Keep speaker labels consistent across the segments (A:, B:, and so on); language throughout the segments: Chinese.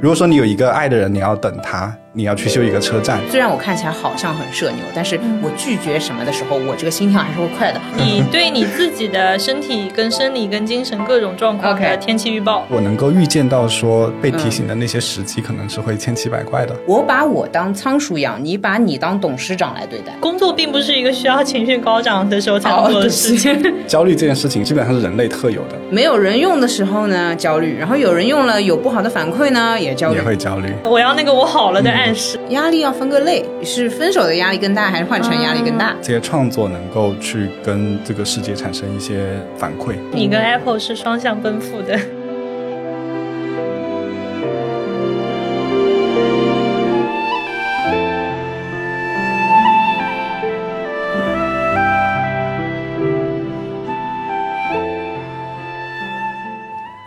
A: 如果说你有一个爱的人，你要等他，你要去修一个车站。
B: 嗯
C: 虽然我看起来好像很社牛，但是我拒绝什么的时候，我这个心跳还是会快的。
B: 你对你自己的身体、跟生理、跟精神各种状况
C: OK
B: 的天气预报，
A: 我能够预见到说被提醒的那些时机，可能是会千奇百怪的。
C: 我把我当仓鼠养，你把你当董事长来对待。
B: 工作并不是一个需要情绪高涨的时候才
C: 哦
B: 能做的事情。
A: 焦虑这件事情基本上是人类特有的，
C: 没有人用的时候呢，焦虑；然后有人用了，有不好的反馈呢，也焦虑
A: 也。会焦虑。
B: 我要那个我好了的暗示。
C: 压力要分个类，是分手的压力更大，还是换成压力更大？
B: 啊
A: 这些创作能够去跟这个世界产生一些反馈。
B: 你跟
A: 嗯
B: Apple 是双向奔赴的。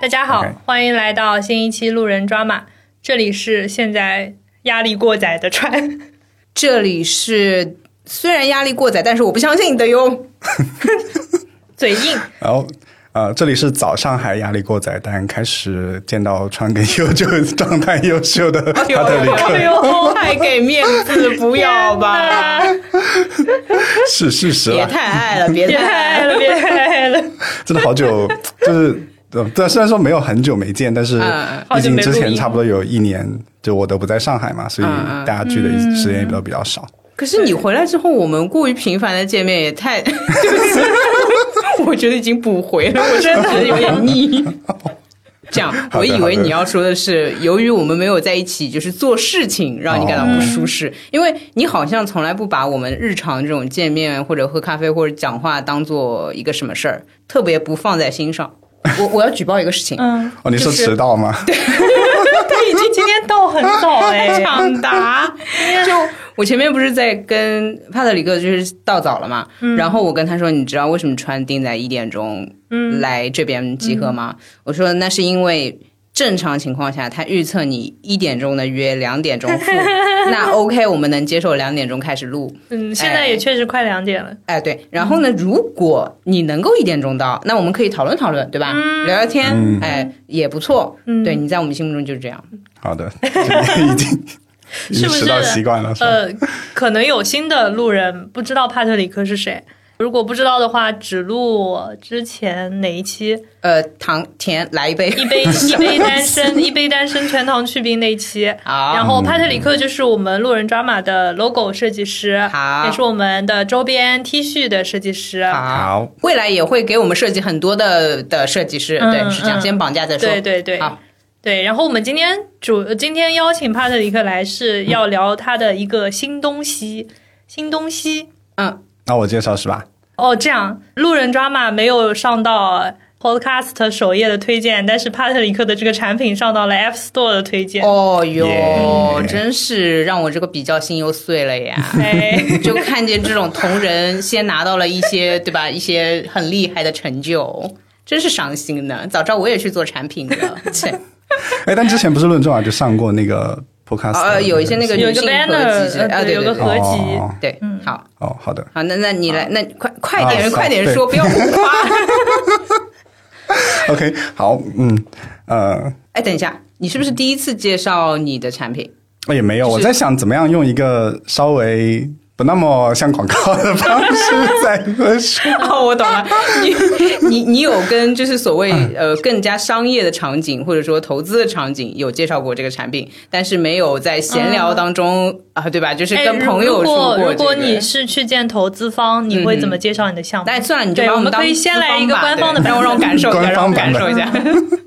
B: 大家好
A: OK
B: 欢迎来到新一期路人抓马，这里是现在压力过载 的川。
C: 这里是虽然压力过载，但是我不相信的哟。
B: 嘴硬，
A: 然后，呃，这里是早上还压力过载，但开始见到川跟优 就状态优秀的
C: 呦
A: 哈特里
B: 哎
A: 克，
B: 呦，
C: 太给面子，不要吧！
B: 天哪！
A: 是事实啊
C: 别
A: 了。
C: 太爱了，别
B: 别
C: 太爱
B: 太
C: 了。
B: 了，别太了。
A: 真的好 久，就是呃对，虽然说没有很久没见，但是
C: 嗯
A: 毕竟之
B: 好久没录
A: 前
B: 音
A: 差不多有一年，就我都不在上海嘛，所以
C: 嗯嗯
A: 大家聚的时间也都比较少。
C: 可是你回来之后，我们过于频繁的见面也太…… 对不起我觉得已经补回了，我真的觉得有点 腻。这样，
A: 好的
C: 我以为
A: 好的
C: 你要说的是，由于我们没有在一起，就是做事情让你感到不舒适，因为你好像从来不把我们日常这种见面或者喝咖啡或者讲话当做一个什么事儿，特别不放在心上。我我要举报一个事情，
B: 嗯，
A: 哦，你说
C: 就是
A: 迟到吗？
B: 他已经今天到很 早哎
C: 抢答。就 我前面不是在跟帕特里克就是到早了嘛，然后我跟他说，你知道为什么川定在一点钟来这边集合吗？我说那是因为。正常情况下，他预测你一点钟的约，两点钟 赴，那 OK，我们能接受两点钟开始录。
B: 嗯，现在也确实快两点了。
C: 哎，对，然后呢，如果你能够一点钟到，那我们可以讨论讨论，对吧？聊聊天，
A: 嗯
C: 哎，也不错。对，你在我们心目中就是这样。
A: 好的，已经已
B: 是
A: 经
B: 不是
A: 迟到习惯了。是吧
B: 呃，可能有新的路人不知道帕特里克是谁。如果不知道的话，只录我之前哪一期
C: 呃，糖甜来一杯，
B: 一 杯一杯单身一杯单身全糖去冰那一期。
C: 好，
B: 然后帕特里克就是我们路人抓马的 logo 设计师，
C: 好
B: 也是我们的周边 T 恤的设计师。
C: 好，
A: 好，
C: 未来也会给我们设计很多的的设计师，
B: 嗯
C: 对，是这样，
B: 嗯
C: 先绑架再说。
B: 对对对，
C: 好，
B: 对，然后我们今天主呃今天邀请帕特里克来
C: 嗯
B: 是要聊他的一个新东西，新东西
C: 嗯，
A: 那我介绍是吧？
B: 哦。这样，路人抓马没有上到 Podcast 首页的推荐，但是帕特里克的这个产品上到了 App Store 的推荐。！
C: 哦哟
A: Yeah
C: 真是让我这个比较心又碎了呀
B: 哎，
C: 就看见这种同人先拿到了一 些，对吧？一些很厉害的成就，真是伤心呢。早知道我也去做产品 了，切，
A: 哎，但之前不是论证啊，就上过那个 podcast，
C: 呃，有一些那个
B: 有
C: 女
B: 一个
C: 性合集之类啊，
B: banner，呃
C: 对
B: 对有
C: 对
B: 个
C: 对，
B: 合集嗯
A: 哦
C: 对，好
A: 哦，好的，
C: 好，那那你来，那快快
A: 啊
C: 点，快点
A: 对
C: 说，不要胡 夸。
A: OK，好，嗯，呃，
C: 哎，等一下，你是不是第一次介绍你的产品？
A: 哎也没有，
C: 就是
A: 我在想怎么样用一个稍微不那么像广告的方式 在和说。
C: 哦， 我懂了。你你你有跟就是所谓呃更加商业的场景，或者说投资的场景有介绍过这个产品，但是没有在闲聊当中、啊，对吧？就是
B: 哎
C: 跟朋友
B: 如
C: 说
B: 果
C: 过、
B: 如果你，是去见投资方，你会怎么介绍你的项目？
C: 但算了，你就
B: 对
C: 把
B: 我们
C: 当
B: 可以先来一
C: 资
B: 个
C: 吧
B: 官方的
C: 对 让我让我感受一下，
A: 官
C: 让我
A: 方
C: 感
A: 版本
C: 受一下。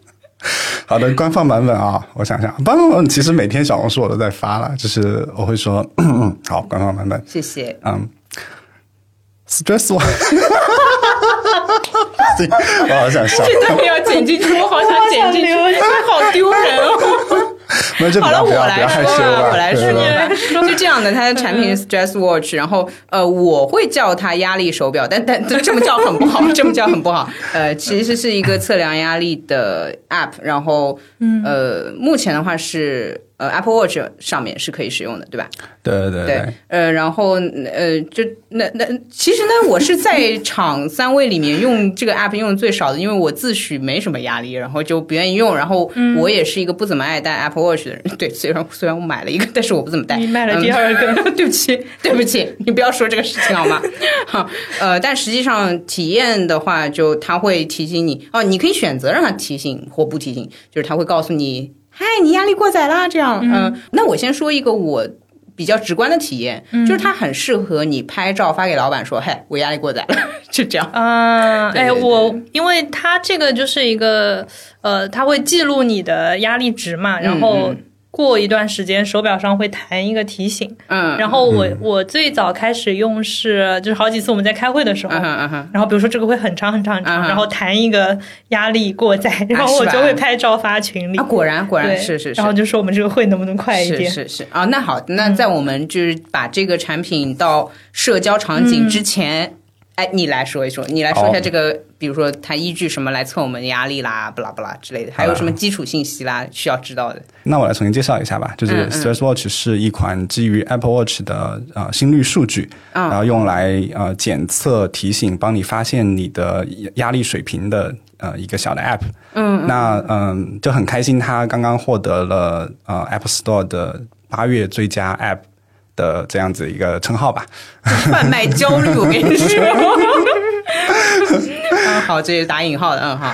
A: 好的，官方版本啊，我想想，官方版本其实每天小红书我都在发了，就是我会说，好，官方版本
C: 谢谢。
A: ，stress one，对我好想笑，
C: 这段要剪进去， 我好想剪进去，好丢人哦。
A: 那就不
C: 好了，
A: 要
C: 我
A: 不要不
C: 来
A: 要害
C: 说
A: 羞
C: 吧，
A: 了，
C: 我来说
A: 对嗯吧
C: 吧，就这样的。它的产品是 Stress Watch，然后呃，我会叫它压力手表，但但这这么叫很不好，这么叫很不好。呃，其实是一个测量压力的 App，然后呃，目前的话是呃 Apple Watch 上面是可以使用的，对吧？
A: 对对
C: 对，呃，然后呃，就那那其实呢，我是在场三位里面用这个 app 用的最少的，因为我自诩没什么压力，然后就不愿意用。然后我也是一个不怎么爱戴 Apple Watch 的人， 对，虽然虽然我买了一个，但是我不怎么戴。
B: 你买了第二个
C: 嗯 对不起，对不起， 你不要说这个事情好吗？ 好，呃，但实际上体验的话，就它会提醒你哦，你可以选择让它提醒或不提醒，就是它会告诉你，嗨，你压力过载啦，这样。嗯、那我先说一个我比较直观的体验，
B: 嗯
C: 就是它很适合你拍照发给老板说，嘿，我压力过载了， 就这样。
B: 啊，
C: 对
B: 哎，
C: 对对
B: 我因为它这个就是一个呃，它会记录你的压力值嘛，
C: 嗯
B: 然后过一段时间手表上会弹一个提醒。
C: 嗯，
B: 然后我我最早开始用是就是好几次我们在开会的时候
C: 嗯，哼嗯哼。
B: 然后比如说这个会很长很长很
C: 嗯
B: 长，
C: 哼啊
B: 然后弹一个压力过载， 然后
C: 是
B: 我
C: 吧
B: 就会拍照发群里
C: 啊，。果然果然
B: 对，
C: 是是是
B: 然，后就说我们这个会能不能快一点？嗯
C: 是是是啊，那好，那在我们就是把这个产品到社交场
B: 嗯
C: 景之前，哎，你来说一说，你来说一下
A: 好
C: 这个，比如说它依据什么来测我们压力啦，不啦不啦之类的，还有
A: 啊
C: 什么基础信息啦需要知道的？
A: 那我来重新介绍一下吧，就是
C: 嗯嗯
A: Stress Watch 是一款基于 Apple Watch 的呃心率数据，
C: 嗯
A: 然后用来呃检测、提醒、帮你发现你的压力水平的呃一个小的 App。嗯，那嗯、就很开心，它刚刚获得了呃 App Store 的八月最佳 App 的这样子一个称号吧。
C: 贩卖焦虑，我跟你 说。嗯，好，这是打引号的，嗯好，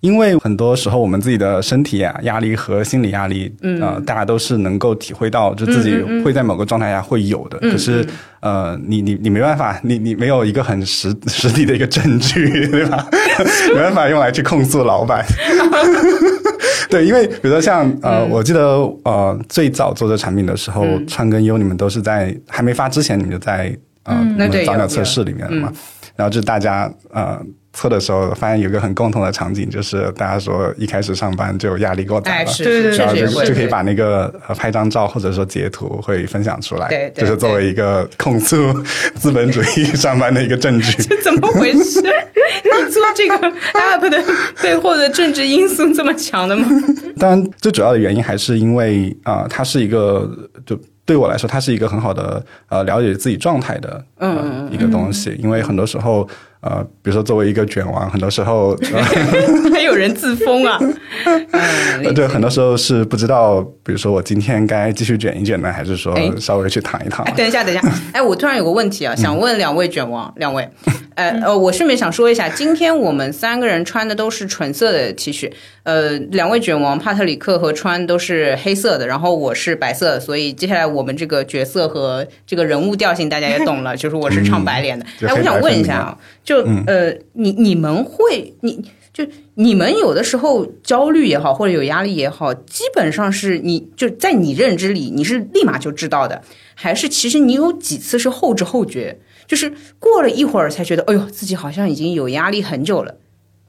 A: 因为很多时候我们自己的身体啊压力和心理压力，嗯、呃，大家都是能够体会到，就自
C: 嗯
A: 己会在某个状态下会有的。可是，呃，你你你没办法，你你没有一个很实实体的一个证据， 对吧？ 没办法用来去控诉老板。对，因为比如说像呃，
C: 嗯
A: 我记得呃，最早做这产品的时候，川跟优你们都是在还没发之前，你们就在呃，你
C: 嗯那
A: 们
C: 对
A: 早
C: 有
A: 鸟
C: 有
A: 测试里面了嘛。然后就大家呃测的时候，发现有一个很共同的场景，就是大家说一开始上班就有压力过载
C: 哎
A: 了。
C: 是，
B: 对对
C: 是
B: 对
A: 然后
C: 确
A: 就
C: 实会
A: 就可以把那个呃拍张照或者说截图会分享出来，
C: 对对
A: 就是作为一个控诉资本主义上班的一个证 据。
C: 这怎么回事？你做这个 app 的 背后的政治因素这么强的吗？
A: 当然，最主要的原因还是因为啊、呃它是一个就。对我来说，它是一个很好的呃了解自己状态的呃
C: 嗯
A: 一个东西，因为很多时候呃，比如说作为一个卷王，很多时候、呃、
C: 还有人自封啊？
A: 呃，
C: 嗯，
A: 对，很多时候是不知道，比如说我今天该继续卷一卷呢，还是说
C: 哎
A: 稍微去躺一躺啊
C: 哎，？等一下，等一下，哎，我突然有个问题啊，想问两位卷王，两位， 呃呃，我顺便想说一下，今天我们三个人穿的都是纯色的 T 恤，呃，两位卷王帕特里克和川都是黑色的，然后我是白色的，所以接下来我们这个角色和这个人物调性大家也懂了，就是我是唱白脸的。
A: 嗯就
C: 哎，我
A: 黑白
C: 想问一
A: 分
C: 下
A: 明嗯
C: 啊，就呃，你你们会你。就你们有的时候焦虑也好，或者有压力也好，基本上是你就在你认知里，你是立马就知道的，还是其实你有几次是后知后觉，就是过了一会儿才觉得，哎呦，自己好像已经有压力很久了，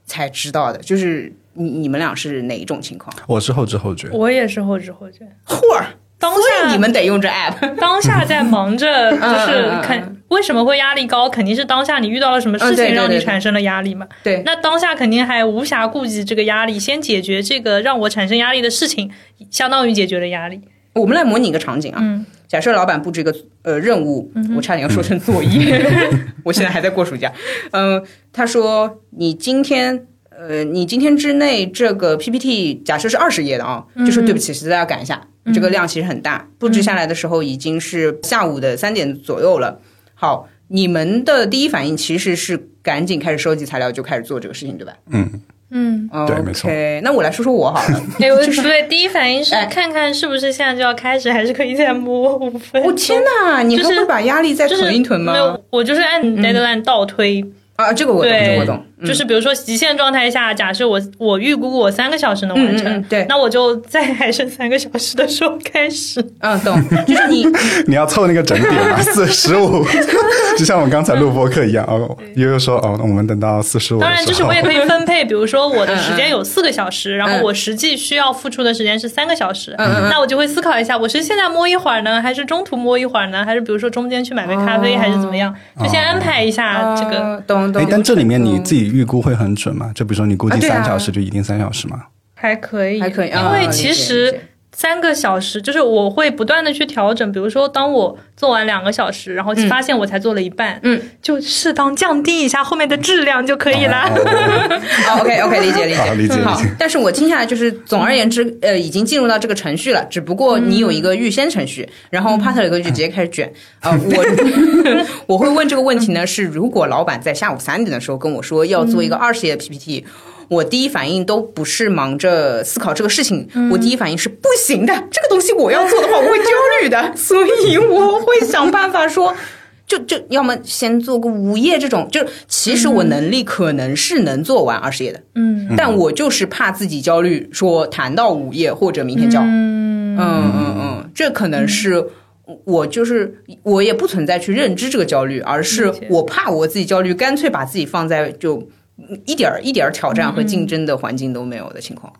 C: 才知道的。就是你你们俩是哪一种情况？
A: 我是后知后
C: 哦
A: 觉，
B: 我也是后知后觉，
C: 嚯儿，
B: 当
C: 所
B: 下
C: 以你们得用这 app。
B: 当下在忙着，就是
C: 嗯嗯
B: 肯为什么会压力高，肯定是当下你遇到了什么
C: 嗯对
B: 事
C: 对
B: 情让你
C: 对对
B: 产生了压力嘛。
C: 对，
B: 那当下肯定还无暇顾及这个压力，先解决这个让我产生压力的事情，相当于解决了压力。
C: 我们来模拟一个场景啊，
B: 嗯
C: 假设老板布置一个呃任务，我差点要说成作业， 我现在还在过暑假。嗯、他说你今天。呃，你今天之内这个 PPT 假设是二十页的啊、
B: 嗯
C: 就说对不起，实在要赶一下，这个量其实很大，布置下来的时候已经是下午的三点左右了。好，你们的第一反应其实是赶紧开始收集材料，就开始做这个事情，对吧？
A: 嗯，
B: 嗯，
A: 对没错
C: OK，那我来说说我好了，
B: 哎，我对第一反应是
C: 哎
B: 看看是不是现在就要开始，还是可以再摸五分
C: 我
B: 钟。
C: 天哪，你还
B: 哎就是
C: 会把压力再
B: 就是
C: 囤一囤吗？
B: 没有，我就是按 deadline 倒推，
C: 啊，这个我懂，这
B: 对
C: 个我懂，嗯
B: 就是比如说极限状态下，假设我我预估我三个小时能完成，
C: 嗯嗯嗯对
B: 那我就在还剩三个小时的时候开始。
C: 嗯， 懂，就是你
A: 你要凑那个整点 嘛，四十五，就像我们刚才录播客一样。哦，悠悠说哦，那我们等到四十五
B: 当
A: 的
B: 然，就
A: 时
B: 是
A: 候
B: 我，也可以分配，比如说我的时
C: 嗯嗯
B: 间有四个小时，然后
C: 嗯
B: 我实际需要付出的时间是三个小
A: 嗯
B: 时，那我就会思考一下，我是现在摸一会儿呢，还是中途摸一会儿呢，还是比如说中间去买杯咖啡，
C: 哦
B: 还是怎么样？就先安排一下这个。
C: 啊懂
A: 哎
C: 懂，，
A: 但这里面你自己预估会很准吗？就比如说你估
C: 啊
A: 计
C: 对啊
A: 三小时就一定三小时吗？
B: 还可以，
C: 还可以，
B: 因为
C: 啊理解
B: 其
C: 理
B: 实
C: 解
B: 三个小时，就是我会不断的去调整。比如说，当我做完两个小时，然后
A: 嗯
B: 发现我才做了一半，
C: 嗯，
B: 就适当降低一下后面的质量就可以啦。
C: 啊哦，OK OK，理解理
A: 好
C: 解
A: 理解
C: 好
A: 理解。
C: 但是我听下来就是，总而言之，呃，已经进入到这个程序了，只不过你有一个预先程序，然后帕特里克就直接开始卷。啊、我我 会问这个问题呢，是如果老板在下午三点的时候跟我说要做一个二十页的 PPT。我第一反应都不是忙着思考这个事情，我第一反应是不行的，这个东西我要做的话，我会焦虑的，所以我会想办法说，就就要么先做个五页这种，就是其实我能力可能是能做完二十页的，
B: 嗯，
C: 但我就是怕自己焦虑，说谈到午夜或者明天交，嗯嗯嗯这可能
B: 嗯
C: 是。我就是我也不存在去认知这个焦虑，而是
B: 理解
C: 我怕我自己焦虑，干脆把自己放在就一点儿一点儿挑战
B: 嗯
C: 和竞争的环境都没有的情况。
A: 呃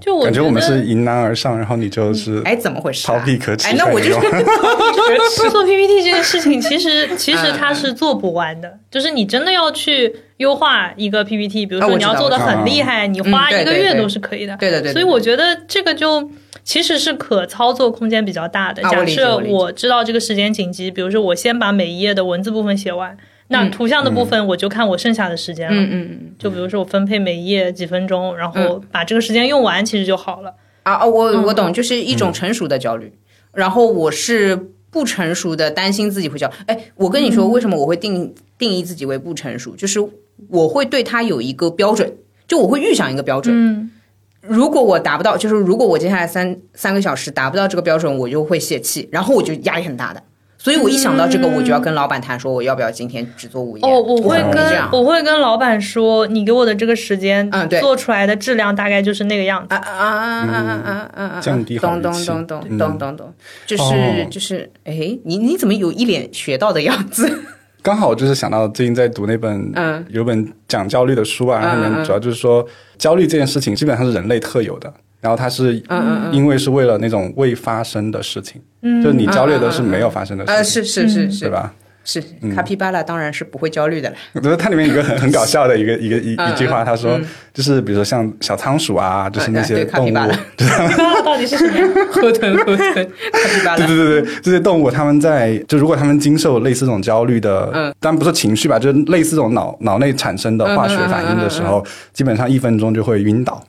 B: 就我
A: 哦感觉
B: 得
A: 我们 是迎难而上，然后你就是
C: 哎，怎么回事、啊？
A: 逃避可耻
C: 哎，那我就是
A: 还
B: 做做 PPT 这件事情，其实其实它
C: 嗯
B: 是做不完的，就是你真的要去优化一个 PPT，比如
C: 啊我
B: 说
C: 知
B: 你
C: 道
B: 要做的很厉害，你花
C: 嗯对
B: 一个
C: 对
B: 月
C: 对
B: 都是可以的。
C: 对的对的
B: 所以我觉得这个就其实是可操作空间比较大的。
C: 啊我
B: 假
C: 理解
B: 设
C: 我理解
B: 我知道这个时间紧急，比如说我先把每一页的文字部分写完，那图像的部分我就看我剩下的时间了。
C: 嗯嗯嗯
B: 就比如说我分配每一页几分钟，然后把这个时间用完，其实就好了。
C: 啊啊，我
B: 嗯
C: 我懂，就是一种成熟的焦虑。然后我是不成熟的，担心自己会焦。哎，我跟你说，
B: 嗯
C: 为什么我会定定义自己为不成熟？就是我会对他有一个标准，就我会预想一个标准。
B: 嗯，
C: 如果我达不到，就是如果我接下来三三个小时达不到这个标准，我就会泄气，然后我就压力很大的。所以我一想到这个，我就要跟老板谈说，我要不要今天只做五页？
B: 嗯哦，我
C: 我
B: 会
A: 会
B: 跟
C: 这样
B: 我会跟老板说，你给我的这个时间，
C: 嗯对
B: 做出来的质量大概就是那个样子。
C: 啊啊啊啊啊啊啊！
A: 嗯降低好
C: 咚
A: 预
C: 咚
A: 期
C: 咚咚
A: 嗯
C: 咚咚咚，就是、
A: 哦
C: 就是，哎，你你怎么有一脸学到的样 子？
A: 刚好就是想到最近在读那本
C: 嗯
A: 有本讲焦虑的书啊，然后里
C: 嗯嗯
A: 面主要就是说焦虑这件事情基本上是人类特有的，然后它是
C: 嗯
A: 因为是为了那种未发生的事情，
B: 嗯
A: 就是你焦虑的是没有发生的
C: 呃，
A: 事情，
C: 是是是
A: 嗯对
C: 是
A: 吧？嗯
C: 是，卡皮巴拉当然是不会焦虑的 了。
A: 我觉得它里面有一个很很搞笑的一个一个一
C: 嗯嗯哎
A: 一句话，他说就是比如说像小仓鼠啊，就是那
C: 对
A: 些
C: 卡
A: 动
C: 皮
A: 物
C: 巴拉，
B: 到底是什么样？
C: 河豚河豚，卡皮巴
A: 对对
C: 拉。
A: 对对，这些动物它们在就如果它们经受类似这种焦虑的，
C: 嗯，
A: 当然不是情绪吧，就是类似这种脑脑内产生的化学反应的时候，基本上一分钟就会晕倒。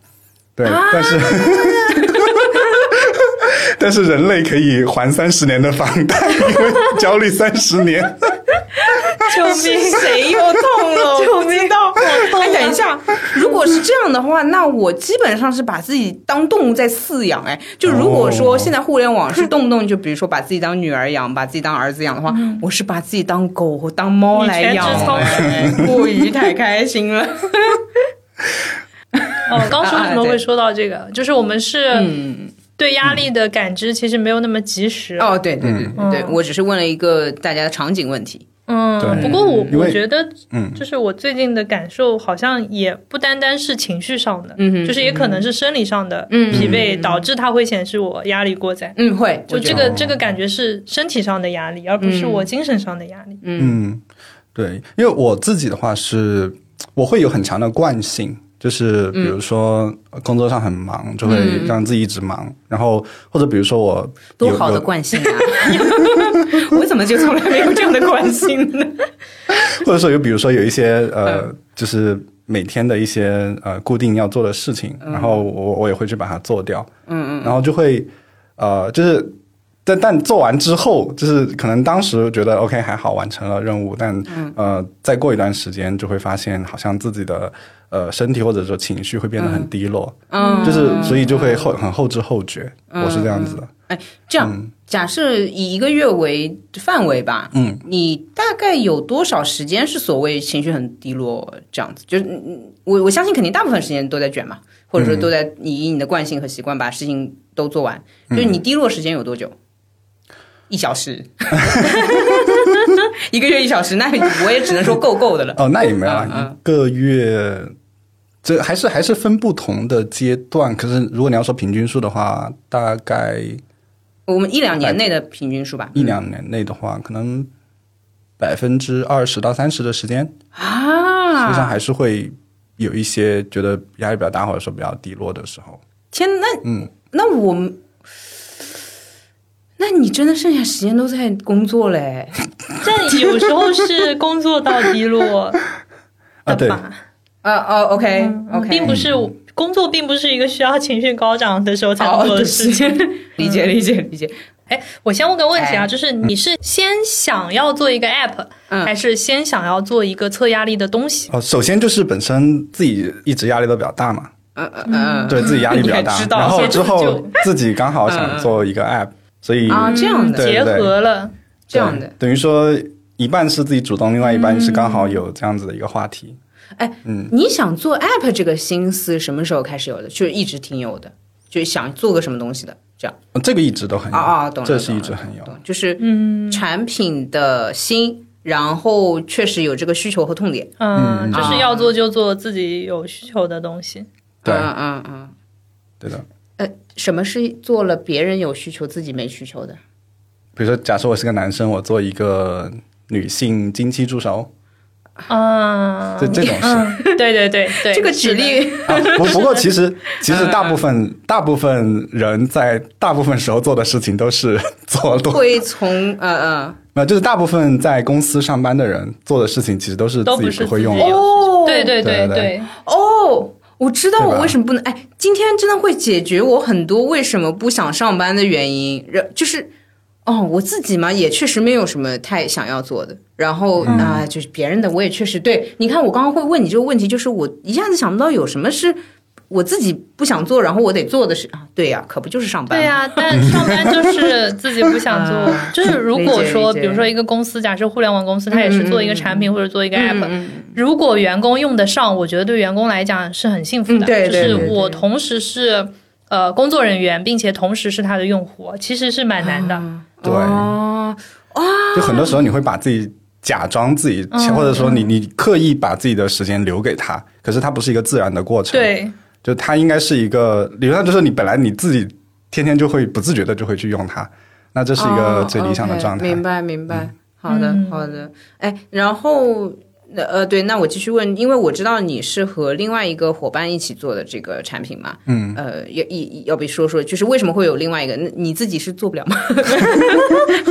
A: 对，但是。 但是人类可以还三十年的房贷，因为焦虑三十年。
B: 救命！
C: 谁又痛了？我不知道。哎，等一下，如果是这样的话，那我基本上是把自己当动物在饲养。哎，就如果说
A: 哦
C: 现在互联网是动不动就比如说把自己当女儿养，把自己当儿子养的话，我是把自己当狗或当猫来养
B: 你全职。操
C: 哎过于太开心了。
B: 哦，刚说为什么
C: 啊啊对
B: 会说到这个？就是我们
C: 嗯
B: 是对压力的感知其实没有那么及时。
C: 哦，对对对对对，我只是问了一个大家的场景问题。
B: 嗯，
A: 对
B: 不过我
A: 因为
B: 我觉得，
A: 嗯
B: 就是我最近的感受好像也不单单是情绪上的，
C: 嗯
B: 就是也可能是生理上的疲惫导致它会显示我压力过载。
C: 嗯，会，嗯
B: 就
C: 我觉
B: 这
C: 得嗯
B: 个这个感觉是身体上的压力，而不是我精神上的压力。
A: 嗯，对，因为我自己的话是，我会有很强的惯性，就是
C: 嗯
A: 比如说呃工作上很忙，就会让自己一直忙，然后或者比如说我有
C: 多好的
A: 有
C: 惯性啊！ 我怎么就从来没有这样的惯性呢？
A: 或者说有比如说有一些呃，就是每天的一些呃固定要做的事情，然后我我也会去把它做掉，嗯嗯，然后就会呃就是。但但做完之后，就是可能当时觉得 OK 还好完成了任务，但、呃，再过一段时间就会发现，好像自己的呃身体或者说情绪会变得很低落，
C: 嗯
A: 就是所以就会后很后知后觉，我是这样子的。嗯
C: 这样，假设以一个月为范围吧，嗯，你大概有多少时间是所谓情绪很低落这样子？就是嗯我我相信肯定大部分时间都在卷嘛，
A: 嗯
C: 或者说都在你以你的惯性和习惯把事情都做完。
A: 嗯
C: 就是你低落时间有多久？一小 时，一个月一小时，那我也只能说够够的 了。
A: 哦，那也没有啊，
C: 嗯嗯
A: 一个月，这还是还是分不同的阶段。可是如果你要说平均数的话，大概
C: 我们一两年内的平均数吧，
A: 一两年内的话，可能百分之二十到三十的时间，实际上
C: 啊！
A: 还是会有一些觉得压力比较大或者说比较低落的时候。
C: 天，那
A: 嗯，
C: 那我们那你真的剩下时间都在工作嘞？
B: 但有时候是工作到低落
A: 啊，
B: 的
A: 对，
B: 吧，
C: 啊哦，OK
B: 嗯并
C: OK，
B: 不是工作，并不是一个需要情绪高涨的时候才能
C: 好
B: 做
C: 的
B: 的事
C: 时
B: 情。嗯
C: 间， 理解理解理解。
B: 哎， 我先问个问题啊，
C: 哎
B: 就是你是先想要做一个 app，、
C: 嗯
B: 还是先想要做一个测压力的东西？
A: 哦，首先就是本身自己一直压力都比较大嘛，
C: 嗯嗯嗯，
A: 对自己压力比较
C: 你
A: 大
C: 还知，道
A: 然后
B: 所以
A: 之
B: 就
A: 后自己刚好
C: 嗯嗯
A: 想做一个 app，所以
C: 啊，这样的
A: 嗯对
B: 结合了，
C: 这样的
A: 对，等于说一半是自己主动，另外一半是刚好有这样子的一个话题。
C: 哎，
A: 嗯
C: 你想做 app 这个心思什么时候开始有的？就是一直挺有的，就想做个什么东西的这样。
A: 呃这个一直都很有，
C: 啊啊，懂了，
A: 这是一
C: 懂
A: 直
C: 了
A: 很有。
C: 懂了就是
B: 嗯
C: 产品的新，然后确实有这个需求和痛点。
B: 嗯，
A: 嗯
B: 就是要做就做自己有需求的东西。
A: 对
C: 嗯嗯嗯。呃
A: 对的，
C: 什么是做了别人有需求自己没需求的？
A: 比如说，假设我是个男生，我做一个女性经期助手，
B: 嗯，
A: 这这种事。
B: 嗯，对对对对，
C: 这个举例
A: 啊，不不过其实 其实大部分大部分人在大部分时候做的事情都是做多，
C: 会从呃
A: 没有，就是大部分在公司上班的人做的事情其实都是
B: 都不
A: 自己
B: 是
A: 不会
B: 自
A: 用
C: 嗯
B: 己
A: 的。
C: 哦
B: 对对
A: 对对
B: 对，
C: 哦，我知道
A: 对吧
C: 我为什么不能哎，今天真的会解决我很多为什么不想上班的原因，然就是。哦，我自己嘛也确实没有什么太想要做的，然后
A: 嗯
C: 啊、就是别人的我也确实对。你看，我刚刚会问你这个问题，就是我一下子想不到有什么是我自己不想做，然后我得做的事啊。对呀、可不就是上班
B: 对
C: 吗？
B: 呀、但上班就是自己不想做
C: 啊。
B: 就是如果说，
C: 理解理解
B: 比如说一个公司，假设互联网公司，它也是做一个产品或者做一个 app，、
C: 嗯
B: 如果员工用得上，我觉得对员工来讲是很幸福的。
C: 嗯对对
B: 就是
C: 对
B: 我同时是呃工作人员，并且同时是他的用户，其实是蛮难的。
C: 啊
A: 对
C: 哦，
A: 就很多时候你会把自己假装自己，
B: 嗯
A: 或者说你你刻意把自己的时间留给他，可是它不是一个自然的过程。，
B: 对，
A: 就它应该是一个理论上就是你本来你自己天天就会不自觉的就会去用它，那这
C: 这
A: 是一个最理想的状态。
C: 哦
A: 嗯
C: 明白，明白。好的，好的。哎，然后呃呃，对，那我继续问，因为我知道你是和另外一个伙伴一起做的这个产品嘛。嗯。呃，要要要不说说，就是为什么会有另外一个？那你自己是做不了吗？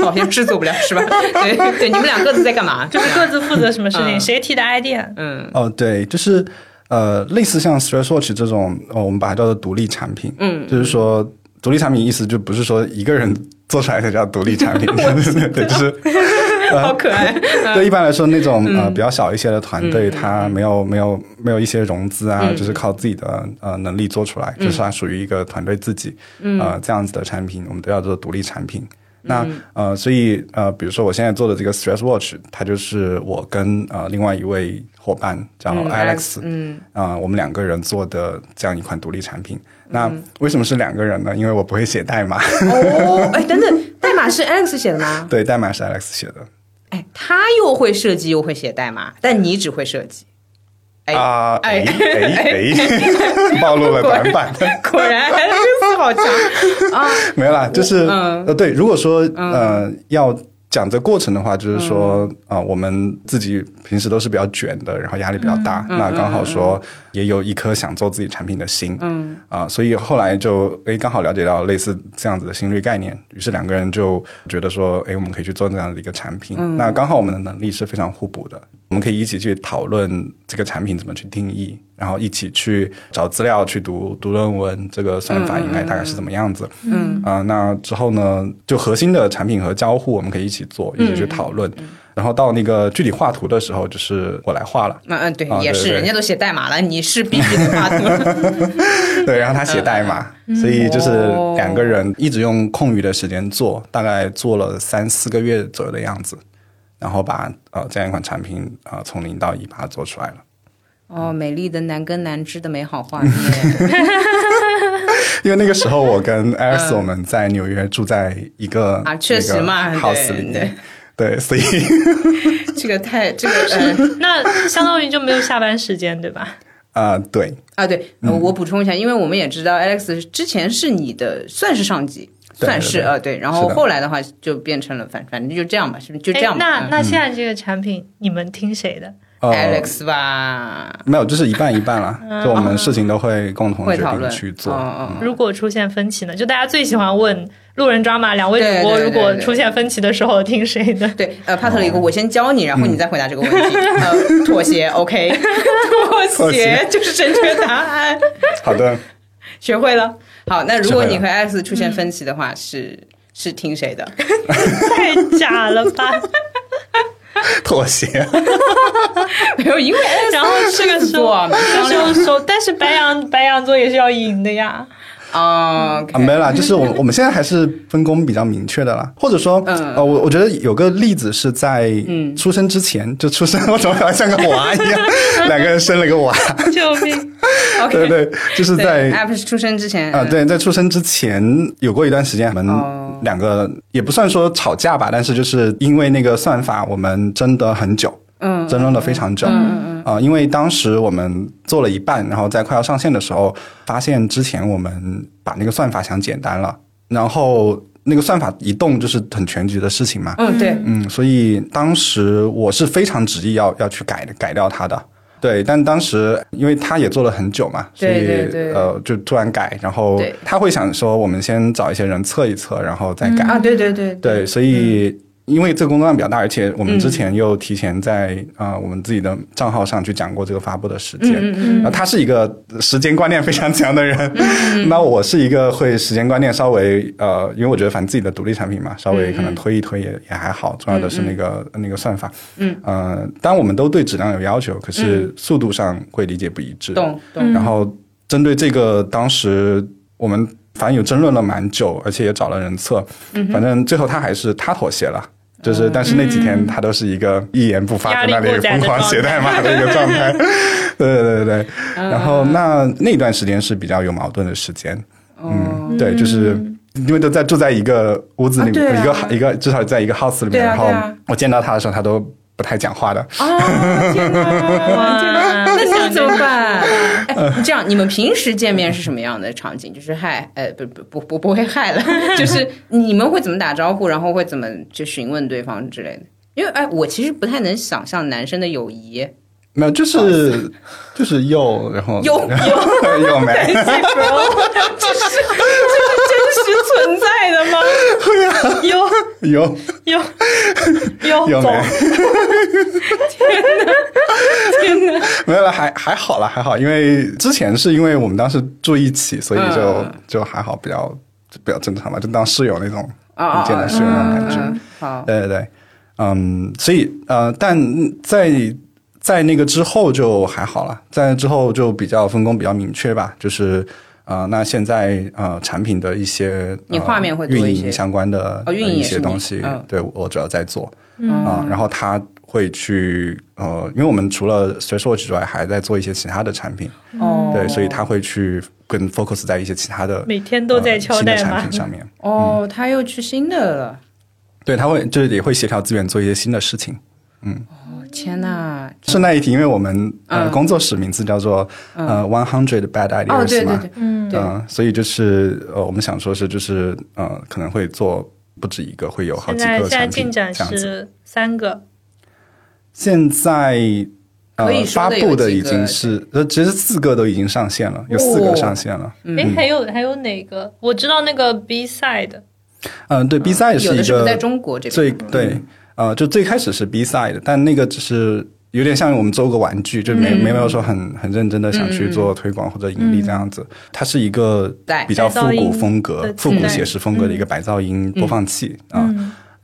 C: 好像是做不了，是吧？ 对对，你们俩各自在干
A: 呃
C: 嘛？就
B: 就是各自负责什么事情，
C: 嗯
B: 谁提的 idea，
A: 哦，对，就是呃，类似像 Stretch 这种，哦，我们把它叫做独立产品。嗯，就是说独立产品意思就不是说一个人做出来才叫独立产品，对 对，就是
C: 好 可爱。
A: 对，一般来说，那种呃比较小一些的团队，它没有没有没有一些融资啊，就是靠自己的呃能力做出来，就是它属于一个团队自己呃这样子的产品，我们都要做独立产品。那呃，所以呃，比如说我现在做的这个 Stress Watch，它就是我跟呃另外一位伙伴叫 Alex，嗯，啊，我们两个人做的这样一款独立产品。那为什么是两个人呢？因为我不会写代码，
C: 哦，哎，等等，代码是 Alex 写的吗？
A: 对，代码是 Alex 写的。
C: 哎，他又会设计又会写代码，但你只会设计。 哎
A: 啊，
C: 哎
A: 哎哎 哎，暴露了短板。
C: 果然 Alex 好强。
A: 没有啦，就是
C: 嗯
A: 呃，对，如果说呃要讲这过程的话，就是说
C: 嗯
A: 啊，我们自己平时都是比较卷的，然后压力比较大，
C: 嗯
A: 那刚好说也有一颗想做自己产品的心，嗯啊，所以后来就哎刚好了解到类似这样子的心率概念，于是两个人就觉得说，哎，我们可以去做这样的一个产品，那刚好我们的能力是非常互补的，我们可以一起去讨论这个产品怎么去定义，然后一起去找资料、去读读论文，这个算法应该大概是怎么样子。嗯啊、那之后呢，就核心的产品和交互，我们可以一起做，一起去讨论。然后到那个具体画图的时候，就是我来画了，
C: 嗯嗯，对
A: 啊，
C: 也
A: 对
C: 是，
A: 对
C: 人家都写代码了，你是必须得 画图。
A: 对，然后他写代码，
C: 嗯
A: 所以就是
C: 哦
A: 两个人一直用空余的时间做，大概做了三四个月左右的样子，然后把呃这样一款产品啊、呃从零到一把它做出来了。
C: 哦，美丽的难跟难知的美好画面。
A: 因为那个时候我跟 Alex 我们在纽约住在一个
C: 嗯啊确实嘛
A: 那个 house
C: 对
A: 里面
C: 对，
A: 对，所以
C: 这个太这个
A: 嗯
C: 呃
B: 那相当于就没有下班时间，对吧？
A: 啊、对，
C: 啊，对，呃
A: 嗯
C: 我补充一下，因为我们也知道 Alex 之前是你的，算是上级，
A: 对
C: 算是
A: 对对
C: 呃对，然后
A: 是的
C: 后来的话就变成了反反正就这样吧，是不是就这
B: 哎
C: 样，吧？
B: 那
C: 嗯
B: 那现在这个产品你们听谁的？
A: 呃
C: Alex 吧，
A: 没有，就是一半一半啦，就我们事情都会共同
C: 会
A: 决
C: 讨
A: 定
C: 论
A: 去做。
C: 嗯嗯
B: 如果出现分歧呢？就大家最喜欢问路人抓马两位
C: 对
B: 主播，
C: 对对
B: 如果
C: 对
B: 出现分歧的时候听谁 的？
C: 对，呃，帕特里克，
A: 哦
C: 我先教你，然
A: 嗯
C: 后你再回答这个问题。呃，妥协，OK，妥
A: 妥
C: 协
A: 协
C: 就是正确答案，
A: 好的，
C: 学会了。好，那如果
A: 学会了嗯
C: 你和 Alex 出现分歧的话，是是听谁的？
B: 太假了吧！
A: 妥协。
C: 没有，因为 Alex
B: 然后这个
C: 哦是
B: 时候
C: 做，蛮
B: 这
C: 商
B: 时
C: 量
B: 候说，但是白羊白羊座也是要赢的呀。
C: 啊。
A: 啊，
C: OK
A: 没啦，就是我我们现在还是分工比较明确的啦，或者说，
C: 嗯
A: 呃，我我觉得有个例子是在出生之前，就出生，我怎么好像像个娃一 样，两个人生了个娃，
B: 救命！
A: 对
C: OK，
A: 对，就是在
C: 对 Alex 出生之前
A: 啊，，对，在出生之前有过一段时间，我
C: 哦
A: 们两个也不算说吵架吧，但是就是因为那个算法，我们争得很久，
C: 嗯，
A: 争论了非常久。嗯啊、因为当时我们做了一半，然后在快要上线的时候，发现之前我们把那个算法想简单了，然后那个算法一动就是很全局的事情嘛。
C: 嗯，对，
A: 嗯，所以当时我是非常执意要要去改的，改掉它的。对，但当时因为他也做了很久嘛，所以
C: 对对对
A: 呃，就突然改，然后
C: 对
A: 他会想说，我们先找一些人测一测，然后再改。
C: 啊，对对对，嗯
A: 对，所以因为这个工作量比较大，而且我们之前又提前在啊、呃我们自己的账号上去讲过这个发布的时间。
C: 嗯嗯嗯
A: 然后他是一个时间观念非常强的人，那我是一个会时间观念稍微呃，因为我觉得反正自己的独立产品嘛，稍微可能推一推也、也还好，重要的
C: 嗯
A: 是那个、呃那个算法，嗯，呃，当然我们都对质量有要求，可是速度上会理解不一致，
C: 嗯懂懂，
B: 嗯
A: 然后针对这个，当时我们反正有争论了蛮久，而且也找了人测，
C: 嗯
A: 反正最后他还是他妥协了。就是，但是那几天他都是一个一言不发，
B: 嗯压
A: 在
B: 力
A: 那里
B: 过载的
A: 疯狂写代码的一个状态。 对对对对。然后
C: 嗯
A: 那那段时间是比较有矛盾的时间。
C: 哦
A: 嗯，对，就是因为都在住在一个屋子里
C: 啊对
A: 面，
C: 啊
A: 一个一个至少在一个 house 里
C: 对
A: 面。
C: 啊
A: 然后
C: 对啊
A: 我见到他的时候，他都不太讲话的。
C: 啊，天哪，天哪，那你
B: 想
C: 们
B: 着
C: 怎么办？哎，这样你们平时见面是什么样的场景？ 就是嗨，呃，不不不不不会嗨了， 就是你们会怎么打招呼，然后会怎么就询问对方之类的？因为哎，我其实不太能想象男生的友谊，
A: 没有，就是就是又然后
C: 又
A: 又没。
C: 这是这是真实存在的吗？啊
B: 有
A: 有
B: 有有
A: 有没？
B: 走
C: 天哪！
A: 没有了，还还好了，还好，因为之前是因为我们当时住一起，所以就、
C: 嗯
A: 就还好，比较比较正常吧，就当室友那种，
C: 啊啊
A: 遇见的室友那种感觉。
C: 嗯好，
A: 对对对，嗯，所以呃，但在在那个之后就还好了，在之后就比较分工比较明确吧，就是。啊、那现在呃，产品的一些
C: 你
A: 呃
C: 画面会多
A: 运
C: 一些
A: 营相关的、
C: 哦运营
A: 一
C: 也是
A: 些
C: 你
A: 东西，
C: 嗯
A: 对我主要在做
B: 嗯
A: 啊、然后他会去呃，因为我们除了 SearchWatch 之外，还在做一些其他的产品，
C: 哦，
A: 对，所以他会去跟 focus 在一些其他的
B: 每天都在敲
A: 呃、新的
B: 代
A: 产
B: 码
A: 品，上面，嗯
C: 哦，他又去新的了。
A: 对，他会就是也会协调资源做一些新的事情。
C: 天哪！
A: 顺带一提，因为我们呃、
C: 嗯
A: 工作室名字叫做、呃 One Hundred Bad
C: 哦，
A: Ideas
C: 对对
A: 嘛，
C: 对，
B: 嗯
C: 对
A: 呃所以就是呃我们想说是就是呃可能会做不止一个，会有好
B: 现
A: 几
B: 在
A: 个
B: 现在
A: 产
B: 进
A: 品
B: 展
A: 这样子。
B: 是三个，
A: 现在呃
C: 可以说
A: 发
C: 的有
A: 布的
C: 几
A: 已
C: 个
A: 经是呃其实四个都已经上线了，有四
C: 哦
A: 个上线了。
B: 哎，还有还有哪个？我知道那个 B side，
A: 嗯、对，B 赛
C: 有
A: 是
C: 的
A: 一
C: 是不
A: 个
C: 在中国这
A: 最
C: 边。嗯
A: 对，呃，就最开始是 B side，但那个只是有点像我们做个玩具，就没、没有说很很认真的想去做推广或者盈利这样子。它是一个
C: 对
A: 比较
B: 白
A: 复
B: 噪音
A: 古风格
B: 的、
A: 复
B: 磁
A: 古
B: 带
A: 写实风格的一个白噪音播放器啊。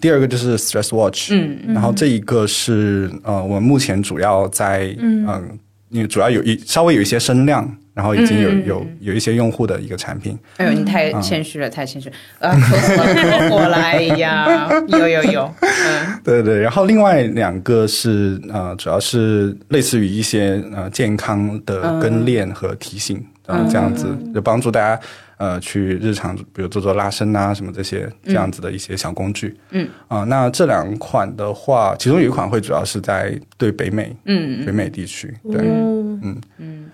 A: 第二个就是 Stress Watch，
C: 嗯
A: 然后这一个是呃，我们目前主要在嗯、呃因为主要有一稍微有一些声量，然后已经有、有有一些用户的一个产品。
C: 哎呦，你太
A: 嗯
C: 谦虚了，太谦虚了啊！可火了，可火了！哎呀，有有有，嗯，
A: 对对，然后另外两个是呃，主要是类似于一些呃健康的跟练和提醒，嗯、这样子就帮助大家呃去日常，比如做做拉伸啊什么这些这样子的一些小工具。嗯啊、那这两款的话，其中有一款会主要是在对北美，嗯，北美地区。对，
B: 嗯，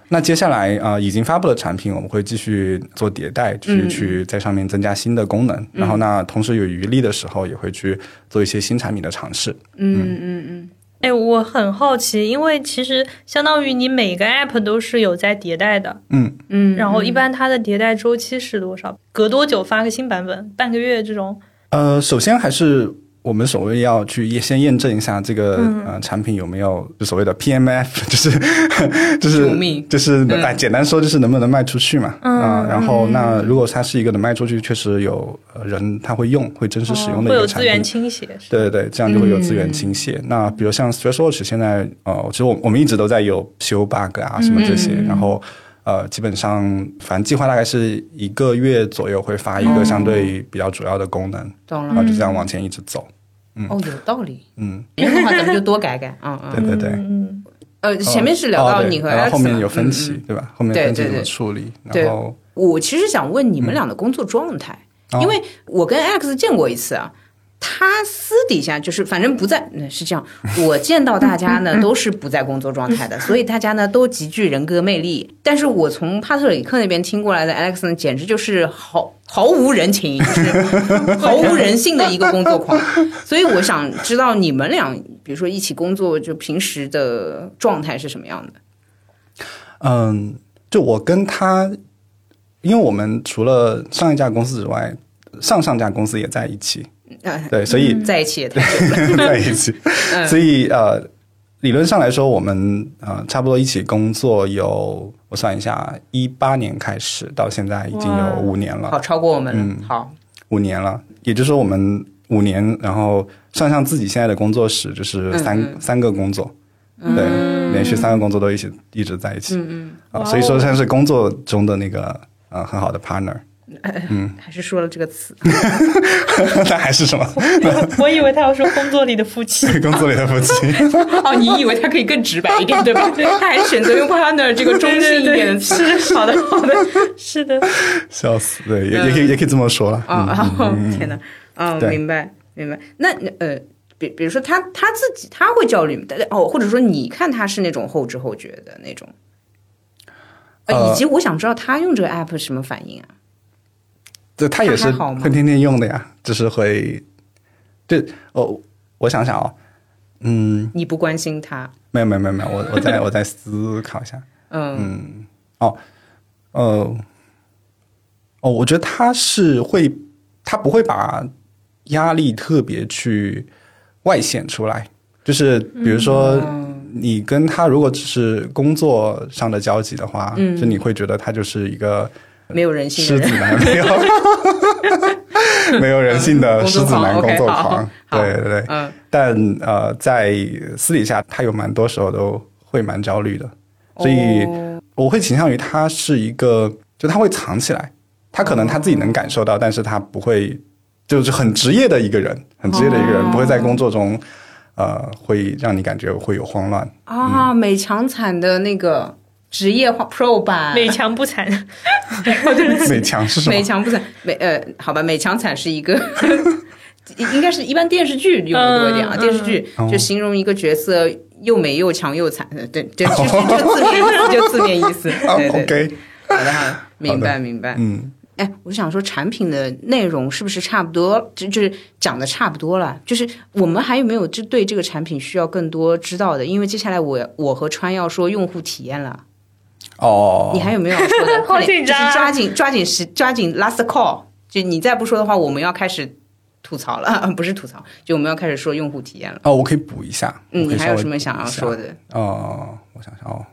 A: 那接下来啊、呃已经发布的产品，我们会继续做迭代，就是去在上面增加新的功能。然后那同时有余力的时候，也会去做一些新产品的尝试。
C: 嗯嗯嗯，
B: 哎，我很好奇，因为其实相当于你每个 app 都是有在迭代的，
A: 嗯，
C: 嗯，
B: 然后一般它的迭代周期是多少？隔多久发个新版本？半个月这种？
A: 呃，首先还是我们所谓要去验先验证一下这个、
B: 嗯
A: 呃产品有没有就所谓的 PMF，就是 就
C: 主
A: 是
C: 命
A: 就是哎、简单说就是能不能卖出去嘛啊、
B: 嗯
A: 然后那如果它是一个能卖出去，确实有呃人他会用，会真实使用的
B: 哦会
A: 一
B: 有
A: 个产
B: 资
A: 品。
B: 源倾斜嗯是吧？
A: 对对对，这样就会有资源倾斜。那比如像 ThresHorge 现在呃，其实我我们一直都在有修 bug 啊什么这些，
B: 嗯
A: 然后呃，基本上反正计划大概是一个月左右会发一
B: 哦
A: 个相对比较主要的功能，
C: 懂
A: 然
C: 了
A: 后，就这样往前一直走。
C: 哦，有道理。
A: 嗯，
C: 因为的话，咱们就多改改，嗯
A: 对
C: 嗯。
A: 对对。
B: 嗯，
C: 呃，前面是聊
A: 哦
C: 到
A: 对
C: 你和 Alex，
A: 然后后面
C: 嘛
A: 有分。歧
C: 嗯嗯
A: 对吧？后面
C: 对
A: 分歧
C: 对
A: 怎么
C: 对
A: 处理？
C: 对
A: 然后
C: 我其实想问你们俩的工作状态，
A: 哦
C: 因为我跟 Alex 见过一次啊。他私底下就是，反正不在，嗯是这样。我见到大家呢，都是不在工作状态的，所以大家呢都极具人格魅力。但是我从帕特里克那边听过来的 Alex 呢，简直就是毫毫无人情，就是毫无人性的一个工作狂。所以我想知道你们俩，比如说一起工作，就平时的状态是什么样的？
A: 嗯，就我跟他，因为我们除了上一家公司之外，上上家公司也在一起，
C: 呃
A: 对，所以
C: 在一起也太久 了
A: 在一起，
C: 嗯
A: 所以呃，理论上来说，我们呃差不多一起工作有，我算一下，一八年开始到现在已经有五年了，
C: 好超过我们了。好，
A: 五年了，也就是说我们五年，然后算上自己现在的工作室，就是三、三个工作，对，连续三个工作都一起一直在一起，嗯嗯，
C: 哦
A: 啊，所以说算是工作中的那个呃很好的 partner，
C: 还是说了这个词，
A: 但还是什么
B: 我以为他要说工作里的夫妻，
A: 工作里的夫妻。
C: 哦，你以为他可以更直白一点，对吧？他还选择用 partner 这 个中性一点的词，
B: 是好的，好的，是的，
A: 笑死，对，也也可以也可以这么说了。嗯
C: 啊、哦，天哪，嗯、
A: 对
C: 明白明白。那呃，比比如说他他自己他会焦虑吗？但哦，或者说你看他是那种后知后觉的那种，呃，
A: 呃
C: 以及我想知道他用这个 app 是什么反应啊？
A: 这他也是
C: 他还好吗
A: 会天天用的呀，就是会，对，哦，我想想啊、嗯，
C: 你不关心他，
A: 没有没有没有没有，我我再我再思考一下，
C: 嗯
A: 呃，哦，我觉得他是会，他不会把压力特别去外显出来，就是比如说。你跟他如果只是工作上的交集的话，就你会觉得他就是一个
C: 没有人性
A: 狮
C: 的
A: 子
C: 人，
A: 男没 有，没有人性的狮子男工作狂
C: 嗯，工作狂
A: 对
C: ，OK，
A: 对
C: 好
A: 对。
C: 嗯，
A: 但呃，在私底下，他有蛮多时候都会蛮焦虑的，所以
C: 哦
A: 我会倾向于他是一个，就他会藏起来，他可能他自己能感受到，但是他不会，就是很职业的一个人，很职业的一个人，不会在工作中，呃，会让你感觉会有慌 乱。
C: 啊，美强惨的那个职业化 Pro 版，
B: 美强 不惨，
A: 美强啊是什么
C: 美？强不惨，美呃，好吧，美强惨是一个， 应该是一般电视剧用的多一点啊。
B: 嗯
C: 电视剧
A: 嗯
C: 就形容一个角色又美又强又惨，呃对对，就是就字面意思，就字面意思。
A: 啊
C: 对对，对
A: ，OK，
C: 好的好的，明白明白。
A: 嗯，
C: 哎，我想说产品的内容是不是差不多，就就是讲的差不多了？就是我们还有没有就对这个产品需要更多知道的？因为接下来我我和川要说用户体验了。
A: 哦，
C: 你还有没有要说 的？快点
B: 紧张啊
C: 就是抓紧抓紧时抓紧 last call，就你再不说的话，我们要开始吐槽了， 不是吐槽，就我们要开始说用户体验了。
A: 哦，我可以补一下。
C: 嗯，
A: 我可
C: 你
A: 以
C: 还
A: 稍
C: 有
A: 微
C: 什么想
A: 补
C: 要
A: 一下
C: 说的？
A: 哦，我想想 哦，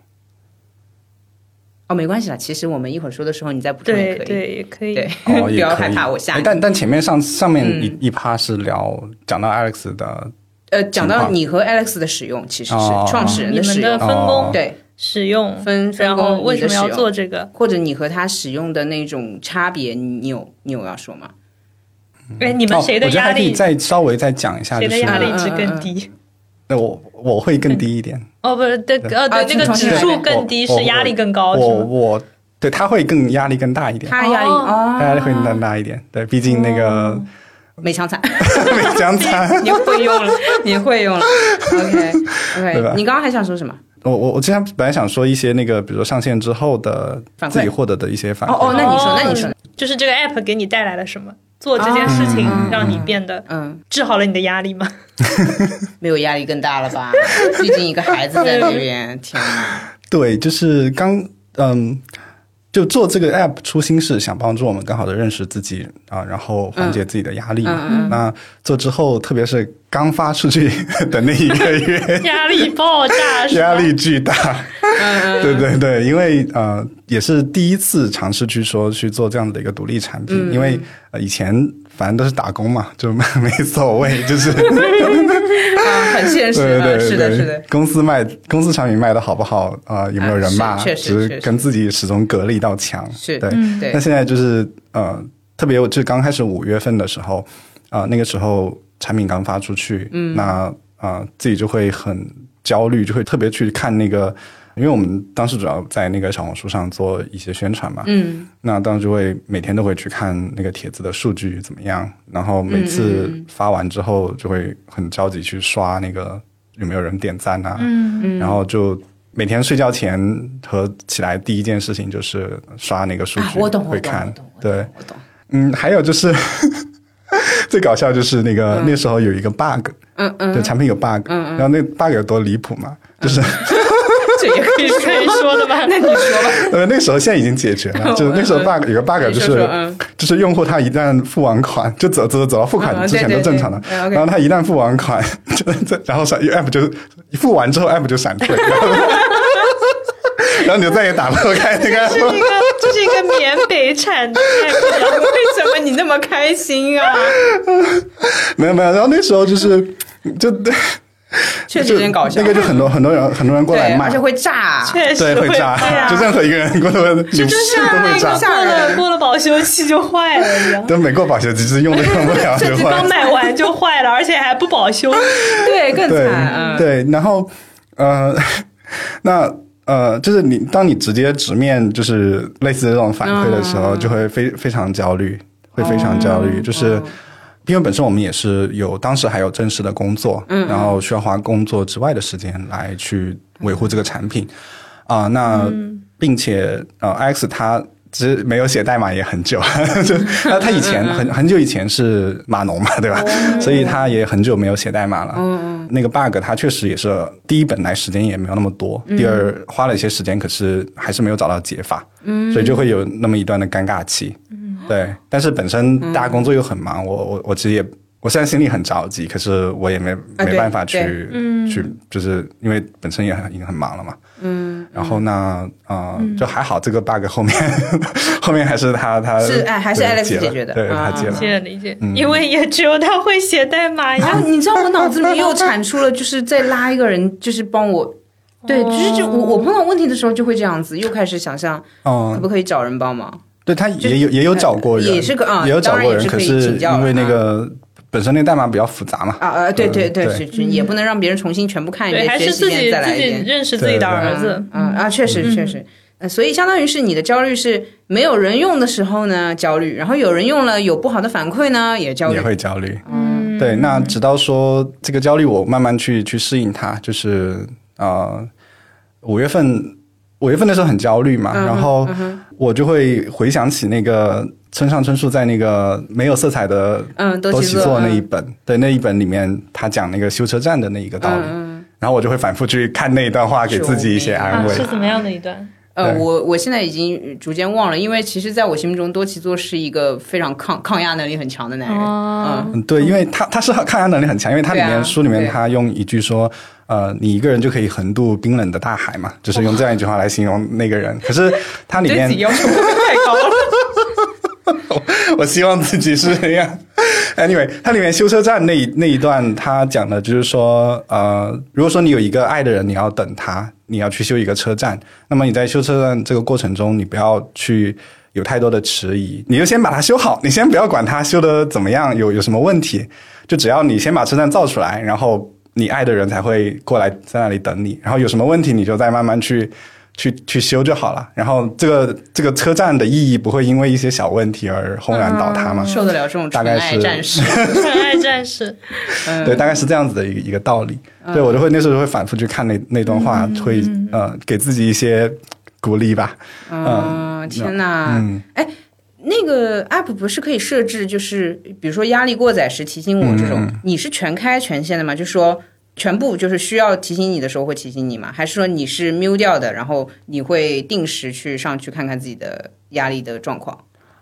C: 哦，没关系啦，其实我们一会儿说的时候你再补充也
B: 对
C: 可以。
B: 对，也可以，
C: 对，
A: 哦，
C: 不
A: 也
C: 要
A: 可
C: 害
A: 以。
C: 怕，我吓
A: 哎
C: 你。
A: 但但前面上上面
B: 嗯
A: 一、一趴是聊讲到 Alex 的，
C: 呃，讲
A: 情
C: 到
A: 况
C: 你和 Alex 的使用，其实是
A: 哦
C: 创始人
B: 你
C: 使
B: 们的
C: 用，
B: 分
A: 哦
B: 工、
C: 对，
B: 使用
C: 分分
B: 然
C: 工
B: 后为
C: 你
B: 什
C: 的
B: 么要
C: 使用
B: 做这个？
C: 或者你和他使用的那种差别，你有你有要说吗？
B: 哎，你们谁
A: 哦、
B: 的
A: 我觉得
B: 压
A: 还可以
B: 力？
A: 再稍微再讲一下，
B: 谁
A: 就
B: 的
A: 是
B: 压力
C: 嗯
B: 值
C: 嗯
B: 更
C: 嗯
B: 低？
A: 那我我会更低一点，
B: 哦，不是，对，呃，
C: 啊
B: 对，那个
C: 从
B: 指
C: 从
B: 数
C: 从
B: 更低
A: 我
B: 是压力更高，是
A: 我
B: 吗？
A: 我对他会更压力更大一点，
C: 他压力
B: 哦
C: 啊，
A: 他压力会更大一点。对，毕竟那个
C: 没强惨。
A: 美江 餐，
C: 你会用了，你 会用了。OK
A: 对
C: OK，
A: 吧
C: 你刚刚还想说什么？
A: 我我我之前本来想说一些那个，比如说上线之后的
C: 反馈
A: 自己获得的一些反馈。
C: 哦哦，那你说，那你说，
B: 就是这个 app 给你带来了什么？做这件事情
C: 嗯嗯，
B: 让你变得
C: 嗯，
B: 治好了你的压力吗？，
C: 没有压力更大了吧？ 毕竟一个孩子在这边，天哪！
A: 对，就是刚嗯，就做这个 app 初心是想帮助我们更好的认识自己啊，然后缓解自己的压力嘛。那做之后，特别是刚发出去 的那一个月
B: 压力爆炸，是吧
A: 压力巨大。 对对对，因为呃，也是第一次尝试去说去做这样的一个独立产品，因为、呃、以前反正都是打工嘛，就 没所谓，就是。
C: 啊，很现实
A: 对对
C: 啊，
A: 对，
C: 是的，是的，
A: 公司卖公司产品卖的好不好啊、呃有没有人骂？
C: 啊是确实
A: 只
C: 确实
A: 是跟自己始终隔了一道墙。
C: 是
A: 对。
C: 对
A: 那，现在就是呃，特别就刚开始五月份的时候，啊、那个时候产品刚发出去，嗯，那啊、呃自己就会很焦虑，就会特别去看那个，因为我们当时主要在那个小红书上做一些宣传嘛，
C: 嗯，
A: 那当时就会每天都会去看那个帖子的数据怎么样，然后每
C: 嗯
A: 次发完之后就会很着急去刷那个有没有人点赞啊，嗯，然后就每天睡觉前和起来第一件事情就是刷那个数据，
C: 啊，我懂，我
A: 会
C: 懂，
A: 看，
C: 我懂，
A: 对，
C: 我懂，
A: 嗯，还有就是 最搞笑就是那个、那时候有一个 bug，
C: 嗯嗯，
A: 就产品有 bug，然后那个 bug 有多离谱嘛，就是。
C: 这也可以 说，
B: 可以说的 吧？
C: 那你说吧，
A: 呃，那个时候现在已经解决 了，就是那时候 bug 有个 bug
C: 嗯你
A: 就
C: 说
A: 是
C: 说嗯
A: 就是用户他一旦付完款，就走走走到付
C: 嗯
A: 款
C: 嗯
A: 之前
C: 对
A: 都
C: 对
A: 正常的，
C: 对嗯，OK
A: 然后他一旦付完款，就这然后闪 app 就付完之后 app 就闪退，然后 然后你就再也打不开那个
B: 这是
A: app
B: 一个，这是一个缅北产的 app 呀
C: 为什么你那么开心啊？
A: 没有没有，然后那时候就是就
C: 确实
A: 就
C: 有点搞笑，
A: 那个就很多很多人很多人过来
C: 对，
A: 骂
C: 而，且会炸，
B: 确实
A: 对，会炸
B: 对啊，
A: 就任何一个人过来女士都会炸
C: 啊那个，
B: 过了过了保修期就坏了一样。
A: 等美国保险机制用都用 不了，就
B: 甚至
A: 换
B: 刚买完就坏了，而且还不保修，
C: 对，更
A: 对
C: 惨，嗯，
A: 对，然后呃， 那呃，就是你当你直接直面就是类似这种反馈的时
C: 嗯
A: 候，就会非非常焦虑，会非常焦
C: 哦
A: 虑，就是。因为本身我们也是有，当时还有正式的工作，嗯，然后需要花工作之外的时间来去维护这个产品，啊、那、
C: 嗯
A: 并且呃，X 它其实没有写代码也很久， 就那它以前
C: 嗯
A: 很很久以前是码农嘛，对吧？
C: 哦
A: 所以它也很久没有写代码了。
C: 嗯
A: 那个 bug 它确实也是第一本来时间也没有那么多，
C: 嗯
A: 第二花了一些时间，可是还是没有找到解法，
C: 嗯
A: 所以就会有那么一段的尴尬期。对，但是本身
C: 嗯
A: 大家工作又很忙，我我我其实也。我现在心里很着急，可是我也没没
C: 啊对
A: 办法去、
C: 对嗯
A: 去，就是因为本身也很已经很忙了嘛。嗯。然后呢，
C: 嗯
A: 呃，就还好这个 bug 后面 后面还是他他
C: 是哎还是
A: 对
C: Alex
A: 了
C: 解决的
A: 对
C: 啊
A: 他解了
B: 理。解理解，因为也只有他会写代码
C: 然
B: 呀。
C: 后你知道我脑子里又产出了，就是再拉一个人，就是帮我。对，就是就我我碰到问题的时候就会这样子，又开始想象可
A: 嗯，
C: 不可以找人帮忙。
A: 对他也有也有找过人，
C: 呃也是个啊
A: 也有找过
C: 当然
A: 人，
C: 也是
A: 可
C: 可以
A: 是
C: 请教的
A: 因为那个本身那代码比较复杂嘛，
C: 啊啊，对对对，
A: 对
C: 是是，也不能让别人重新全部看一
B: 对，
C: 遍，
B: 还
C: 学
B: 是
C: 习一
B: 自己
C: 遍再
B: 自
C: 来
B: 己
C: 一遍。
B: 认识自己的儿子，
C: 嗯啊，确实确实。呃所以相当于是你的焦虑是没有人用的时候呢焦虑，然后有人用了有不好的反馈呢也焦虑
A: 也。会焦虑。嗯，对，那直到说这个焦虑，我慢慢去去适应它，就是呃，五月份五月份的时候很焦虑
C: 嗯
A: 嘛，然后我就会回想起那个村上春树在那个没有色彩的
C: 嗯，都
A: 都
C: 去
A: 起
C: 做
A: 做那
C: 嗯
A: 一本，对那一本里面他讲那个修车站的那一个道理，
C: 嗯
A: 然后我就会反复去看那一段话，给自己一些安
B: 啊，
A: 慰。
B: 是怎么样的一段？
C: 呃，
A: 对
C: 我我现在已经逐渐忘了，因为其实在我心目中，多奇做是一个非常抗抗压能力很强的男人。
B: 哦
C: 嗯，
A: 嗯，对，因为他他是抗压能力很强，因为他里
C: 对
A: 面、
C: 啊
A: 书里面
C: 对
A: 他用一句说，呃，你一个人就可以横渡冰冷的大海嘛，就是用这样一句话来形容那个人。可是他里
C: 对
A: 面
C: 自己，要求太高 了。
A: 我希望自己是那样。Anyway，它里 面修车站那一那一段，他讲的就是说，呃，如果说你有一个爱的人，你要等他，你要去修一个车站，那么你在修车站这个过程中，你不要去有太多的迟疑，你就先把它修好，你先不要管它修的怎么样，有有什么问题，就只要你先把车站造出来，然后你爱的人才会过来在那里等你，然后有什么问题你就再慢慢去。去去修就好了，然后这个这个车站的意义不会因为一些小问题而轰然倒塌嘛？
C: 受得了这种
A: 大
C: 纯
A: 概
C: 爱
A: 是
C: 战士。
B: 纯爱战
C: 嗯
B: 士，嗯
A: 对，大概是这样子的一个一个道理。对我就会那时候就会反复去看那那段话，
B: 嗯
A: 会呃给自己一些鼓励吧。
B: 嗯
C: 嗯，天哪！哎，那个 app 不是可以设置，就是比如说压力过载时提醒我这
B: 嗯
C: 种，你是全开权限的吗？就说全部就是需要提醒你的时候会提醒你吗？还是说你是 mute 掉的，然后你会定时去上去看看自己的压力的状 况？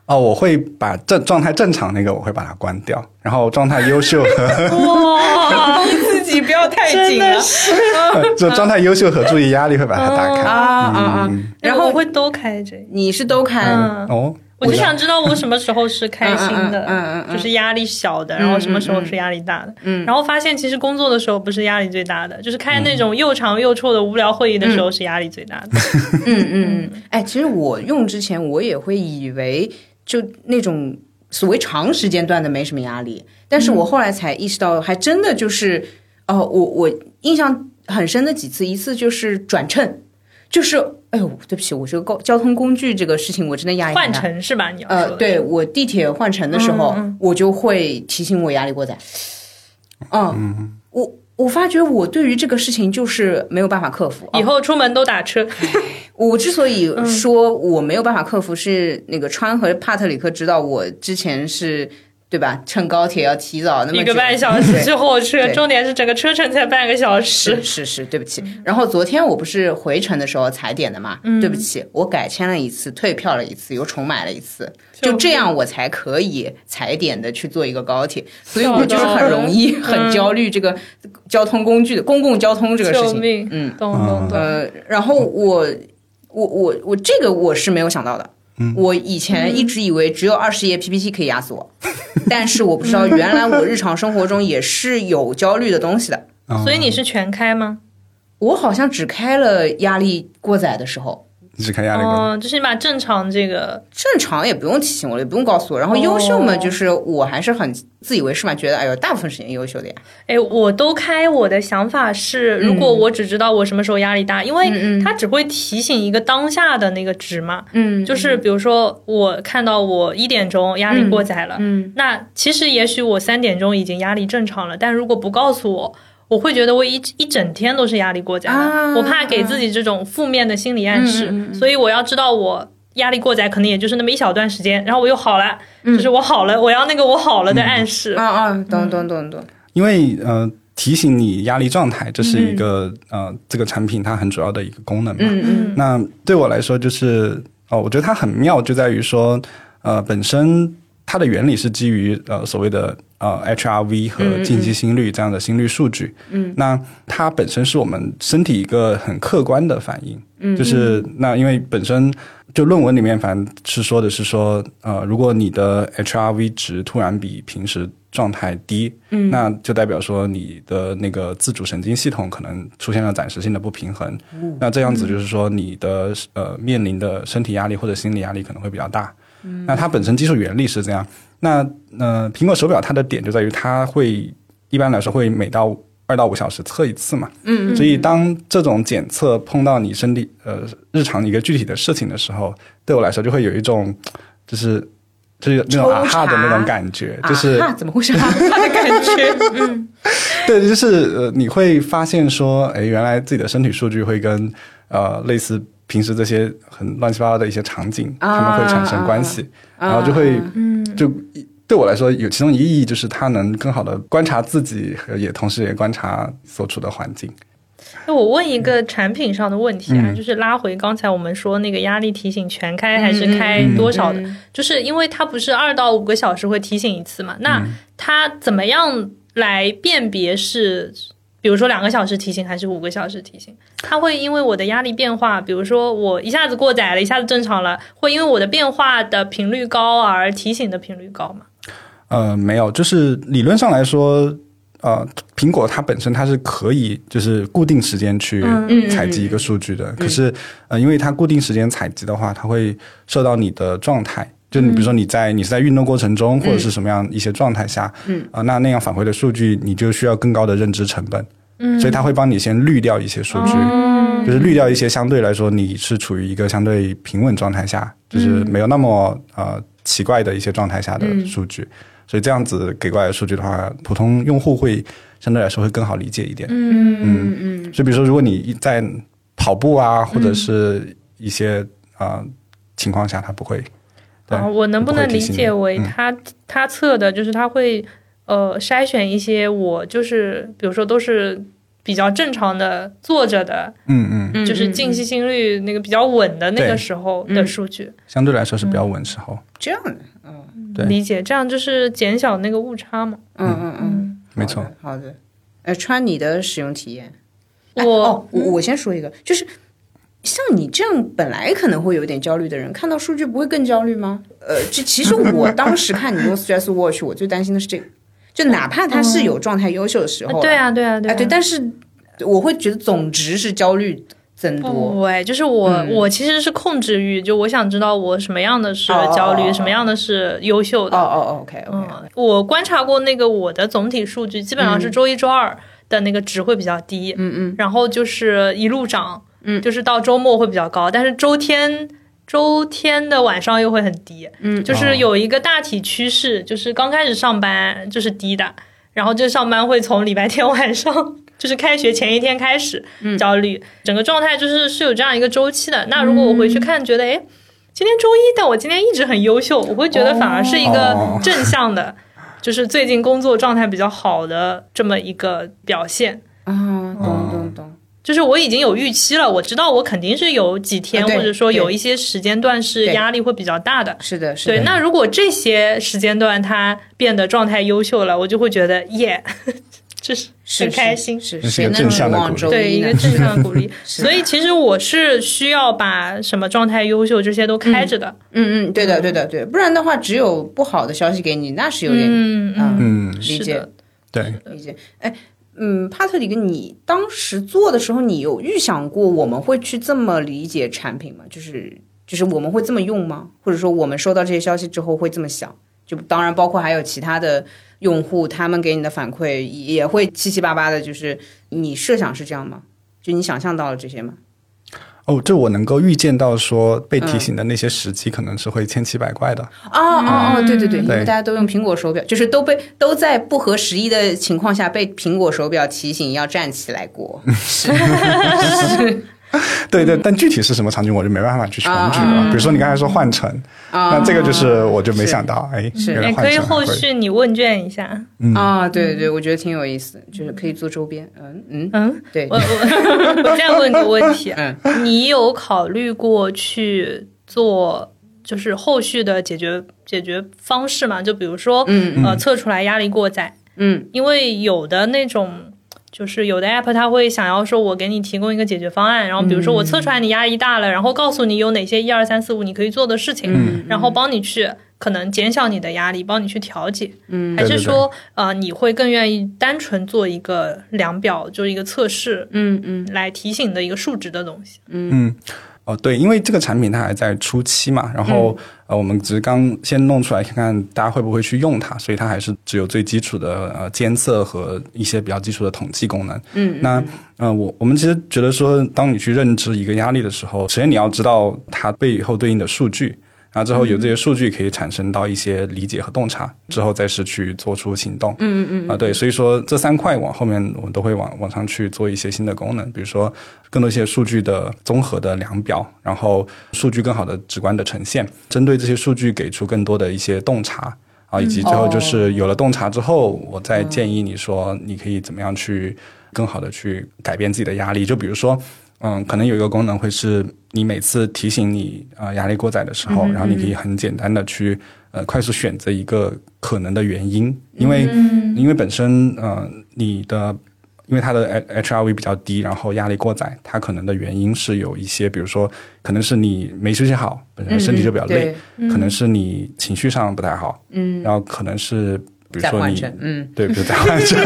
A: 哦，我会把正状态正常那个我会把它关掉，然后状态优 秀 和
B: 哇，
C: 自己不要太
B: 真
C: 紧啊
B: 的
C: 了
B: 是，
A: 呃这状态优秀和注意压力会把它打开。
C: 啊
B: 哦
C: 啊啊！然
B: 嗯然后
C: 后
B: 哎我会都开这个。
C: 你是都看。
B: 嗯，
A: 哦，
B: 我就想知道我什么时候是开心的，
C: 嗯嗯嗯嗯嗯
B: 就是压力小的，然后什么时候是压力大的。然后发现其实工作的时候不是压力最大的，就是开那种又长又臭的无聊会议的时候是压力最大的。
C: 嗯，嗯，哎，其实我用之前，我也会以为就那种所谓长时间段的没什么压力，但
B: 嗯
C: 是我后来才意识到，还真的就是，哦、我我印象很深的几次，一次就是转乘，就是，哎呦，对不起，我这个高交通工具这个事情，我真的压力很
B: 换
C: 大。
B: 乘嗯是吧？你要
C: 呃，
B: 说的
C: 对我地铁换乘的时候，我就会提醒我压力过载。嗯，我我发觉我对于这个事情就是没有办法克服。
B: 以后出门都打车。
C: 我之所以
B: 嗯
C: 说我没有办法克服，是那个川和帕特里克知道我之前是对吧？乘高铁要提早那么
B: 一
C: 久
B: 个半小时之后车，
C: 对
B: 重点是整个车程才半个小时
C: 是。 是是，对不起。
B: 嗯
C: 然后昨天我不是回程的时候踩点的嘛，对不起，
B: 嗯
C: 我改签了一次，退票了一次，又重买了一次，
B: 就
C: 就这样我才可以踩点的去坐一个高铁。所以
B: 好的
C: 我就是很容易
B: 嗯
C: 很焦虑这个交通工具的公共交通这个事
B: 救
C: 情。
B: 命！
C: 嗯，
B: 懂懂懂。
C: 呃，然后我我我我这个我是没有想到的。
A: 嗯
C: 我以前一直以为只有二十页 PPT 可以压死我， 但是我不知道原来我日常生活中也是有焦虑的东西的。
A: 嗯
B: 所以你是全开吗？
C: 我好像只开了压力过载的时候，
A: 你只看压力过
B: 哦，就是你把正常这个
C: 正常也不用提醒我了，也不用告诉我。然后优秀嘛，就是我还是很自以为是嘛，觉得
A: 哦
C: 哎呦，大部分时间优秀的呀。
B: 哎，我都开。我的想法是，如
C: 嗯
B: 果我只知道我什么时候压力大，因为它只会提醒一个当下的那个值嘛。
C: 嗯
B: 就是比如说，我看到我一点钟压力过载了，
C: 嗯，
B: 那其实也许我三点钟已经压力正常了，但如果不告诉我，我会觉得我一一整天都是压力过载的。
C: 啊
B: 我怕给自己这种负面的心理暗示，
C: 嗯
B: 所以我要知道我。压力过载可能也就是那么一小段时间，然后我又好了，就是
C: 嗯
B: 我好了，我要那个我好了的暗示。
C: 啊啊，懂懂懂懂，
A: 因为呃，提醒你压力状态，这是一个、
B: 嗯
A: 呃，这个产品它很主要的一个功能嘛。
C: 嗯嗯
A: 那对我来说，就是哦，我觉得它很妙，就在于说，呃，本身它的原理是基于呃所谓的呃 HRV 和近期心率这样的心率数据。嗯，那它本身是我们身体一个很客观的反应。嗯，就是那因为本身。就论文里面，反正是说的是说，呃，如果你的 HRV 值突然比平时状态低，嗯，那就代表说你的那个自主神经系统可能出现了暂时性的不平衡。那这样子就是说，你的呃面临的身体压力或者心理压力可能会比较大。
C: 嗯
A: 那它本身技术原理是这样。那呃，苹果手表它的点就在于它会一般来说会每到二到五小时测一次嘛。嗯。所以当这种检测碰到你身体呃日常一个具体的事情的时候，对我来说就会有一种就是就是那种
C: 抽
A: 啊哈的那
C: 查
A: 种感觉，
C: 啊
A: 就是
C: 哈，怎么会是啊哈的感觉？
A: 对，就是呃，你会发现说，哎，原来自己的身体数据会跟呃类似平时这些很乱七八糟的一些场景，
C: 啊
A: 他们会产生关系，然后就会，嗯，就对我来说有其中一个意义就是它能更好的观察自己，呃也同时也观察所处的环境。
B: 那我问一个产品上的问题啊，就是拉回刚才我们说那个压力提醒全开还是开多少的，就是因为它不是二到五个小时会提醒一次嘛，那它怎么样来辨别是？比如说两个小时提醒还是五个小时提醒，它会因为我的压力变化，比如说我一下子过载了，一下子正常了，会因为我的变化的频率高而提醒的频率高嘛？
A: 呃，没有，就是理论上来说，呃，苹果它本身它是可以就是固定时间去采集一个数据的，可是呃，因为它固定时间采集的话，它会受到你的状态。就你比如说你在你是在运动过程中或者是什么样一些状态下，嗯啊、那那样返回的数据你就需要更高的认知成本，嗯，哦所以它会帮你先滤掉一些数据，
B: 嗯
A: 就是滤掉一些相对来说你是处于一个相对平稳状态下，就是
C: 嗯
A: 没有那么呃奇怪的一些状态下的数据，
C: 嗯
A: 所以这样子给过来的数据的话，普通用户会相对来说会更好理解一点。
B: 嗯
C: 嗯嗯
A: 就比如说，如果你在跑步啊，或者是一些啊、呃情况下，它不会对
B: 啊，我能不
A: 不会
B: 能
A: 提
B: 理
A: 醒
B: 解
A: 你
B: 为
A: 嗯
B: 他、他测的就是他会呃筛选一些我就是比如说都是比较正常的坐着的，
A: 嗯嗯，
C: 嗯
B: 就是净吸心率那个比较稳的那个
A: 对
B: 时候
C: 嗯
B: 的数据，
A: 相对来说是比较稳时候，
C: 这样的，
A: 对
B: 理解这样就是减小那个误差嘛。
C: 嗯嗯嗯，
B: 嗯，
A: 没错
C: 好。的。好的，呃，川，你的使用体验，哎
B: 我、
C: 哦我我先说一个，就是像你这样本来可能会有点焦虑的人，看到数据不会更焦虑吗？呃，这其实 我当时看你用 Stress Watch，我最担心的是这个，就哪怕他是有状态优秀的时候，
B: 啊对，啊对啊对
C: 哎
B: 啊
C: 哦对，但是我会觉得总值是焦虑增多，
B: 不哎，就是我、
C: 嗯
B: 我其实是控制欲，就我想知道我什么样的是
C: 哦哦
B: 焦虑，
C: 哦哦
B: 什么样的是优秀
C: 哦
B: 的。
C: 哦，OK OK，
B: 嗯，我观察过那个我的总体数据，基本上是周一周二的那个值会比较低，嗯嗯，然后就是一路涨，嗯，就是到周末会比较高，但是周天。周天的晚上又会很低，嗯，就是有一个大体趋势，就是刚开始上班就是低的，然后这上班会从礼拜天晚上，就是开学前一天开始
C: 嗯
B: 焦虑，整个状态就是是有这样一个周期的。那如果我回去看，觉得
C: 嗯
B: 诶，今天周一，但我今天一直很优秀，我会觉得反而是一个
A: 哦
B: 正 向的，就是最近工作状态比较好的这么一个表现。
C: 啊，懂
A: 哦
C: 懂懂，
B: 就是我已经有预期了，我知道我肯定是有几天、
C: 啊对
B: 或者说
C: 对
B: 有一些时间段是
C: 对
B: 压力会比较大的。
C: 是的，是
B: 对，
C: 的，
B: 那如果这些时间段他变得状态优秀了，我就会觉得耶， 就是
C: 是
B: 很开心
C: 是
A: 这是
C: 谁
A: 一个
C: 能
A: 正向的
C: 指
A: 鼓
C: 望
A: 励
C: 周
B: 对
C: 一
B: 一个
C: 呢？
B: 正向的鼓励。
C: 是
B: 所以其实我是需要把什么状态优秀这些都开着的。
C: 嗯嗯，对的对的对，不然的话只有不好的消息给你，那是有点啊
B: 嗯嗯，
A: 嗯，
C: 理
B: 是
C: 解
B: 的。
A: 对，
C: 理解。哎，嗯，帕特里克，你当时做的时候，你有预想过我们会去这么理解产品吗？就是就是我们会这么用吗？或者说我们收到这些消息之后会这么想？就当然包括还有其他的用户，他们给你的反馈也会七七八八的，就是你设想是这样吗？就你想象到了这些吗？
A: 哦，这我能够预见到说
C: 嗯
A: 被提醒的那些时机可能是会千奇百怪的，
C: 哦哦哦，对对对，因
A: 对
C: 为大家都用苹果手表，就是都被都在不合时宜的情况下被苹果手表提醒要站起来过。
A: 对
B: 嗯
A: 对，但具体是什么场景我就没办法去重举
C: 啊
A: 了。比如说你刚才说换乘，
C: 啊，
A: 那这个就是我就没想到，哎，原来
B: 也
A: 换
B: 可以
A: 乘还
B: 后
A: 会
B: 续你问卷一下。
A: 嗯
C: 啊，对对对，我觉得挺有意思，就是可以做周边。嗯嗯，
B: 嗯，
C: 对
B: 我，我我再问个问题，啊
C: 嗯
B: 你有考虑过去做就是后续的解决解决方式吗？就比如说，
C: 嗯
B: 呃，测出来压力过载，
C: 嗯，
B: 因为有的那种。就是有的 app 它会想要说，我给你提供一个解决方案，然后比如说我
C: 嗯
B: 测出来你压力大了，然后告诉你有哪些一二三四五你可以做的事情，
A: 嗯
B: 然后帮你去可能减小你的压力，帮你去调节。
C: 嗯
B: 还
A: 对对对
B: 是说呃你会更愿意单纯做一个量表，就是一个测试
C: 嗯嗯
B: 来提醒的一个数值的东西？
A: 嗯，哦，对，因为这个产品它还在初期嘛，然后、
C: 嗯
A: 呃，我们只是刚先弄出来看看大家会不会去用它，所以它还是只有最基础的呃监测和一些比较基础的统计功能。
C: 嗯，
A: 那呃，我我们其实觉得说，当你去认知一个压力的时候，首先你要知道它背后对应的数据。然后之后
C: 嗯
A: 有这些数据可以产生到一些理解和洞察，之后再是去做出行动。嗯嗯嗯啊，对，所以说这三块往后面我们都会往往上去做一些新的功能，比如说更多一些数据的综合的量表，然后数据更好的直观的呈现，针对这些数据给出更多的一些洞察啊，以及最后就是有了洞察之后，我再建议你说你可以怎么样去更好的去改变自己的压力，就比如说。嗯，可能有一个功能会是你每次提醒你呃压力过载的时候，然后你可以很简单的去呃快速选择一个可能的原因，因为、
C: 嗯
A: 因为本身呃你的因为它的 H R V 比较低，然后压力过载，它可能的原因是有一些，比如说可能是你没休息好，本哎身身体
C: 嗯
A: 就比较累，可能是你情绪上不太好，嗯，然后可能是比如
C: 再
A: 说
C: 换
A: 你
C: 成嗯
A: 对，比如在换乘。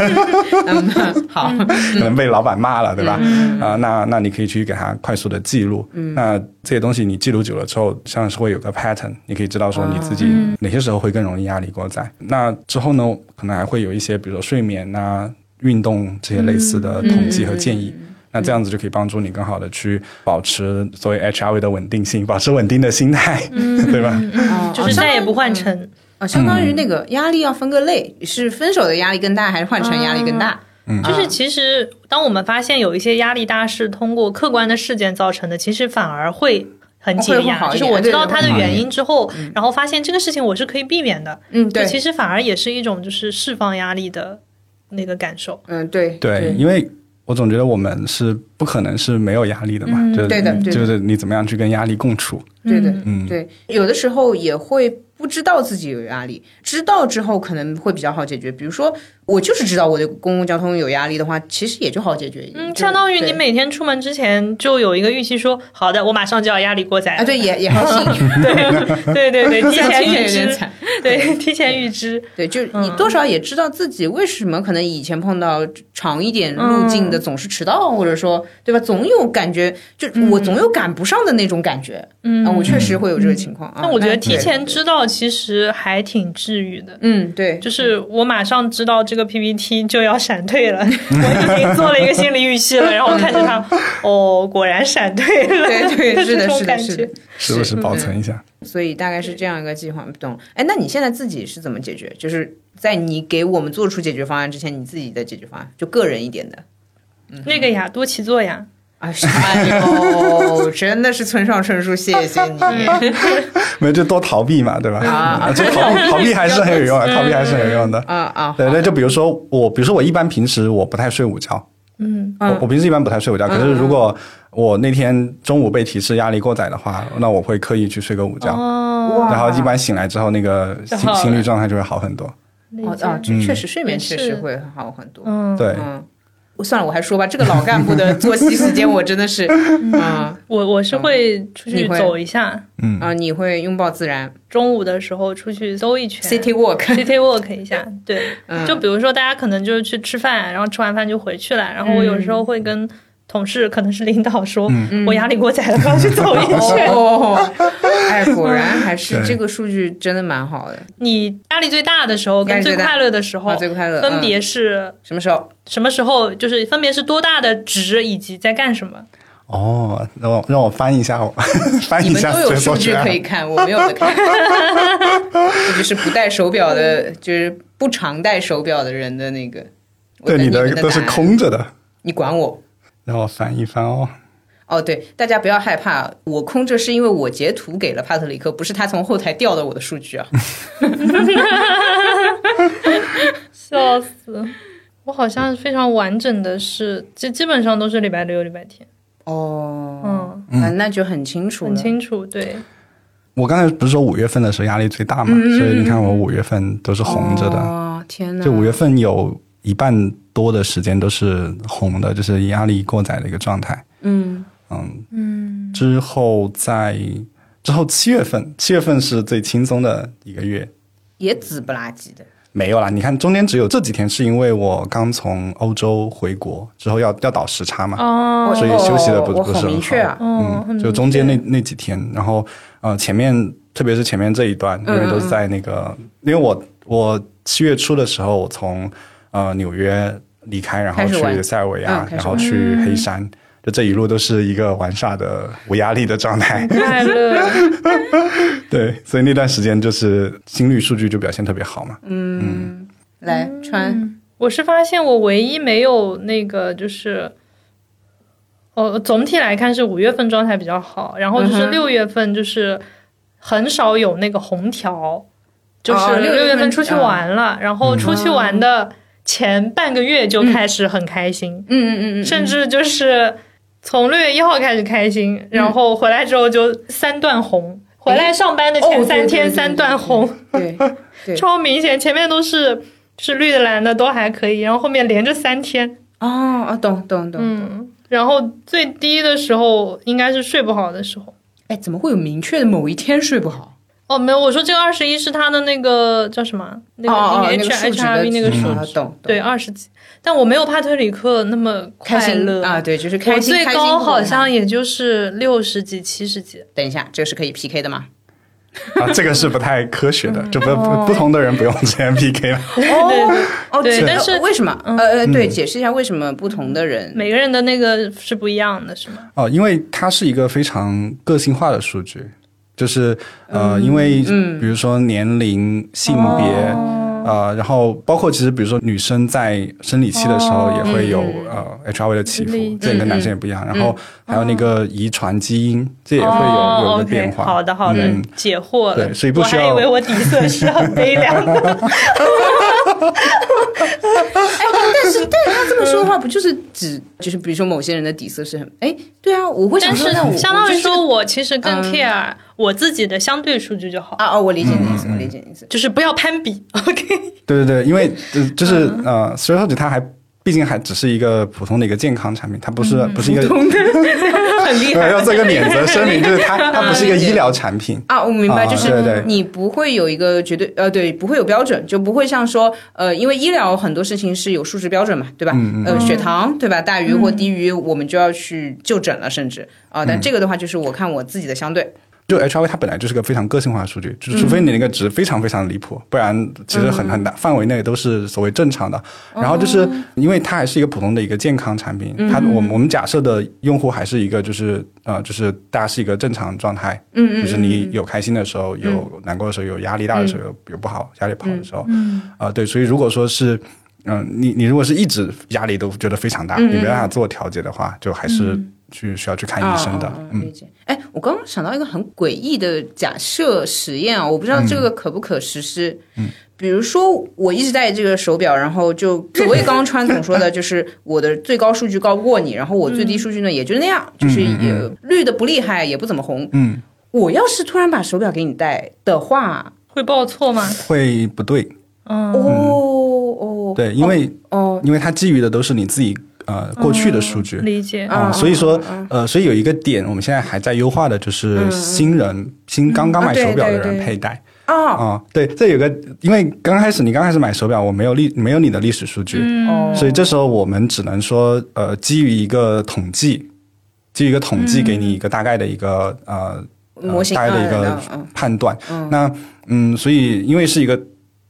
C: 嗯，好，
A: 可能被老板骂了，对吧？啊、
C: 嗯
A: 那那你可以去给他快速的记录。那这些东西你记录久了之后，像是会有个 pattern，你可以知道说你自己
C: 嗯
A: 哪些时候会更容易压力过载。那之后呢，可能还会有一些，比如说睡眠啊、运动这些类似的
C: 嗯
A: 统计和建议。那这样子就可以帮助你更好的去保持所谓 HRV 的稳定性，保持稳定的心态， 对吧？
C: 哦
B: 嗯就是再也不换
A: 嗯
B: 乘。
C: 哦，相当于那个压力要分个类，是分手的压力更大，还是换成压力更
A: 啊
C: 大？
A: 嗯
B: 就是其实当我们发现有一些压力大是通过客观的事件造成的，其实反而会很解
C: 哦会会
B: 压，
C: 好一
B: 就是
C: 点
B: 我知
C: 对
B: 道
C: 对
B: 它的
A: 会好一
B: 原
A: 点
B: 因之后，然后发现这个事情我是可以避免的。
C: 嗯，
B: 就
C: 对，
B: 其实反而也是一种就是释放压力的那个感受。
C: 嗯，对，
A: 对，因为我总觉得我们是不可能是没有压力的嘛，就是
C: 嗯对的
A: 你
C: 对的
A: 就是你怎么样去跟压力共处，
C: 对的，
A: 嗯
C: 对，有的时候也会不知道自己有压力，知道之后可能会比较好解决。比如说，我就是知道我对公共交通有压力的话，其实也就好解决。
B: 嗯，
C: 就
B: 相当于你
C: 对
B: 每天出门之前就有一个预期说，好的，我马上就要压力锅仔
C: 啊，
B: 了。
C: 对，也也还 行，
B: 对对对，提
D: 这样
B: 前
D: 听着
B: 预
D: 有点
B: 知，
D: 惨。
B: 对， 提前预知。
C: 对，就
B: 嗯
C: 你多少也知道自己为什么可能以前碰到长一点
B: 嗯
C: 路径的总是迟到，或者说对吧，总有感觉，就我
B: 嗯
C: 总有赶不上的那种感觉。嗯，啊，我确实会有这个情况啊。
B: 嗯那我觉得提
C: 对
B: 前知道其实还挺治愈的。
C: 嗯，对，
B: 就是我马上知道这个 PPT 就要闪退 了，我已经做了一个心理预期了，然后我看着它，哦，果然闪退了，
C: 对对，是
B: 这
C: 的，
B: 种
C: 是的，
B: 感
C: 是
B: 觉
C: 的。
A: 时不时保存一下。
C: 所以大概是这样一个计划。不懂，哎，那你现在自己是怎么解决？就是在你给我们做出解决方案之前，你自己的解决方案，就个人一点的。嗯
B: 那个呀，多奇做呀，
C: 啊，啥 哟，真的是村上春树，谢谢你。
A: 没有就多逃避嘛，对吧？
C: 啊嗯
A: 就 逃避逃避还是很有用的，逃避还是很有用的。
C: 啊啊，
A: 对对，就比如说我，比如说我一般平时我不太睡午觉，
B: 嗯，
A: 我我平时一般不太睡午
C: 嗯
A: 觉，可是如果我那天中午被提示压力过载的话，那我会刻意去睡个午觉，
B: 哦，
A: 然后一般醒来之后，那个
B: 就
A: 心
B: 好了
A: 心率状态就会好很多。
C: 哦
B: 理解
C: 啊，这确实睡眠
B: 嗯也
C: 确
B: 是
C: 实会好很多。
B: 嗯，
A: 对，
C: 嗯，算了，我还说吧，这个老干部的作息时间，我真 的是，嗯
B: 我我是会出
C: 你
B: 去
C: 会
B: 走一下，
A: 嗯，
C: 啊，你会拥抱自然
B: 中午的时候出去搜一圈
C: ，City Walk，
B: city walk 一下，对，
C: 嗯
B: 就比如说大家可能就是去吃饭，然后吃完饭就回去了，然后我有时
C: 嗯
B: 候会跟同事，可能是领导说，
A: 嗯
B: 我压力过载了，我要去走一圈。
C: 哦，哎，果然还是这个数据真的蛮好的，
B: 你压力最大的时候
C: 压
B: 跟
C: 力
B: 最
C: 最大
B: 快乐的时
C: 啊，
B: 候，
C: 最快乐，
B: 分
C: 嗯
B: 别是
C: 什么时候？
B: 什么时候？就是分别是多大的值，以及在干什么。
A: 哦，让我让我翻一下，我 翻
C: 你
A: 一
C: 们
A: 下
C: 都有数据
A: 啊
C: 可以看，我没有的看。这就是不戴手表 的，就是不常戴手表的人的那个。我
A: 对
C: 等
A: 你
C: 们
A: 的
C: 的
A: 都是
C: 答案，
A: 空着的，
C: 你管我？
A: 让我翻一翻哦。
C: 哦，对，大家不要害怕，我空着是因为我截图给了帕特里克，不是他从后台调的我的数据啊。
B: 笑死！我好像非常完整的是，基基本上都是礼拜六、礼拜天，
C: 哦，
B: 嗯，
C: 嗯、那就很清楚
B: 很
C: 了。
B: 清楚。对，
A: 我刚才不是说五月份的时候压力最大嘛，
C: 嗯
A: 所以你看我五月份都是红着的。
C: 哦，天哪！
A: 就五月份有一半多的时间都是红的，就是压力过载的一个状态。
C: 嗯，
A: 嗯，
B: 嗯，
A: 之后在之后七月份，七月份是最轻松的一个月，
C: 也紫不拉几的。
A: 没有啦。你看中间只有这几天是因为我刚从欧洲回国之后要要倒时差嘛，
B: 哦，
A: 所以休息的不
C: 我
A: 不是
C: 好
A: 很
C: 明确啊。
B: 哦
A: 嗯，就中间那那几天，然后呃前面特别是前面这一段，因
C: 嗯
A: 为都是在那个，因为我我七月初的时候，我从呃纽约离开，然后
C: 开始玩
A: 去塞尔维亚
C: 嗯，开
A: 然
C: 始
A: 后
C: 玩
A: 去黑山。就这一路都是一个玩耍的无压力的状态，
B: 快乐，
A: 对，所以那段时间就是心率数据就表现特别好
C: 嗯
A: 嘛。
C: 来川，
B: 我是发现我唯一没有那个就是，哦，总体来看是五月份状态比较好，然后就
C: 嗯
B: 是
C: 哼
B: 六月份就是很少有那个红条，就
C: 哦
B: 是
C: 六月份
B: 六月份出去玩了，然后出去玩的前半个月就开始很开心，
C: 嗯嗯嗯嗯嗯，
B: 甚至就是从六月一号开始开
C: 嗯
B: 心，然后回来之后就三段红。回来上班的
C: 哦
B: 前
C: 对
B: 三
C: 对
B: 天
C: 对
B: 三
C: 对
B: 段红，
C: 对，对
B: 超明显，前面都是是绿的蓝的都还可以，然后后面连着三天，
C: 哦哦，懂懂懂。
B: 嗯，然后最低的时候应该是睡不好的时候。
C: 哎，怎么会有明确的某一天睡不好？
B: 哦，没有，我说这个二十一是他的那个叫什么？那个
C: 哦哦，那
B: 那个
C: 个
B: H
C: 数值
B: H R V
C: 的
B: 那个数，
C: 啊懂，
B: 对，二十几。但我没有帕特里克那么
C: 开
B: 快
C: 心
B: 乐
C: 啊，，对，就是
B: 我
C: 开心。
B: 最
C: 开心
B: 高
C: 不
B: 好
C: 能
B: 像也就是六十几、七十几。
C: 等一下，这个是可以 PK 的吗？
A: 啊，这个是不太科学
C: 嗯
A: 的，就不不不同的人不用 这样 PK 了。
C: 哦哦，
B: 对
C: 这
B: 但是
C: 为什么？呃呃，对，解释一下为什么不同的人
B: 每个人的那个是不一样的，是吗？
A: 哦，因为它是一个非常个性化的数
B: 嗯哦
A: 据，就是呃，因为比如说年龄、性别、呃，然后包括其实比如说女生在生理期的时候
B: 哦嗯
A: 也会有、
C: 嗯
A: 呃 HRV 的起伏
B: 理，
A: 这也跟男生也不一样。然后还有那个遗传基因，这也会有、
B: 哦
A: 有一个
B: OK，
A: 变化。
B: 好的，好的，
A: 嗯
B: 解惑了。
A: 对所以不需
B: 我
A: 要
B: 还以为我底色是很悲凉的。
C: 但是，但是他这么说的话，不就是指就是比如说某些人的底色是很哎，对啊，我会想
B: 但
C: 说
B: 是，
C: 那我
B: 相当于
C: 我就是嗯
B: 说我其实更 care 我自己的相对数据就好，
C: 啊啊，我理解
A: 嗯
C: 你的意思，我理解你的意思。
B: 就是不要攀比。OK，
A: 对对对，因为呃就是
B: 嗯
A: 呃 s t r e t o 它还毕竟还只是一个普通的一个健康产品，它不是
B: 嗯
A: 不是一个
C: 很
A: 对，
C: 厉害
A: 要做一个免责声明，就是它它不是一个医疗产品。
C: 啊，我明白，
A: 啊
C: 就是
A: 对对
C: 你不会有一个绝对呃，对，不会有标准，就不会像说呃，因为医疗很多事情是有数值标准嘛，对吧？
A: 嗯
C: 呃，血糖对吧，大于或低于，我们就要去就诊了，甚至啊，
A: 嗯
C: 但这个的话，就是我看我自己的相对，
A: 就 HRV 它本来就是个非常个性化的数据，就是除非你那个值非常非常离谱，不然其实很很大范围内都是所谓正常的。然后就是因为它还是一个普通的一个健康产品，它我们我们假设的用户还是一个就是呃就是大家是一个正常状态，嗯嗯就是你有开心的时候，有难过的时候，有压力大的时候，有有不好压力不好的时候，啊对，所以如果说是。嗯，你你如果是一直压力都觉得非常大，你没办法做调节的话，就还是去需要去看医生的嗯
C: 啊。啊啊理解。哎，我刚刚想到一个很诡异的假设实验啊，我不知道这个可不可实施。嗯，比如说我一直戴这个手表，然后就所谓刚刚川 总说的，就是我的最高数据高不过你，然后我最低数据呢也就那样，就是也绿的不厉害，也不怎么红。
A: 嗯，
C: 我要是突然把手表给你戴的话，
B: 会报错吗？
A: 会不对，
C: 哦哦，
A: 嗯对，因为
C: 哦嗯
A: 因为它基于的都是你自己呃过去的数据
B: 理解。
A: 啊、所以说呃，所以有一个点我们现在还在优化的就是新人、新刚刚
C: 嗯啊
A: 买
C: 对
A: 手表的
C: 对
A: 人
C: 对
A: 佩戴啊、
C: 啊
A: 对，这有个因为刚开始你刚开始买手表，我没有历没有你的历史数据，
B: 嗯
C: 哦，
A: 所以这时候我们只能说呃，基于一个统计，基于一个统
C: 嗯
A: 计给你一个大概的一个、呃呃
C: 模型
A: 大概
B: 啊
A: 的一
C: 嗯
A: 个
C: 嗯嗯
A: 判断。那嗯，所以因为是一个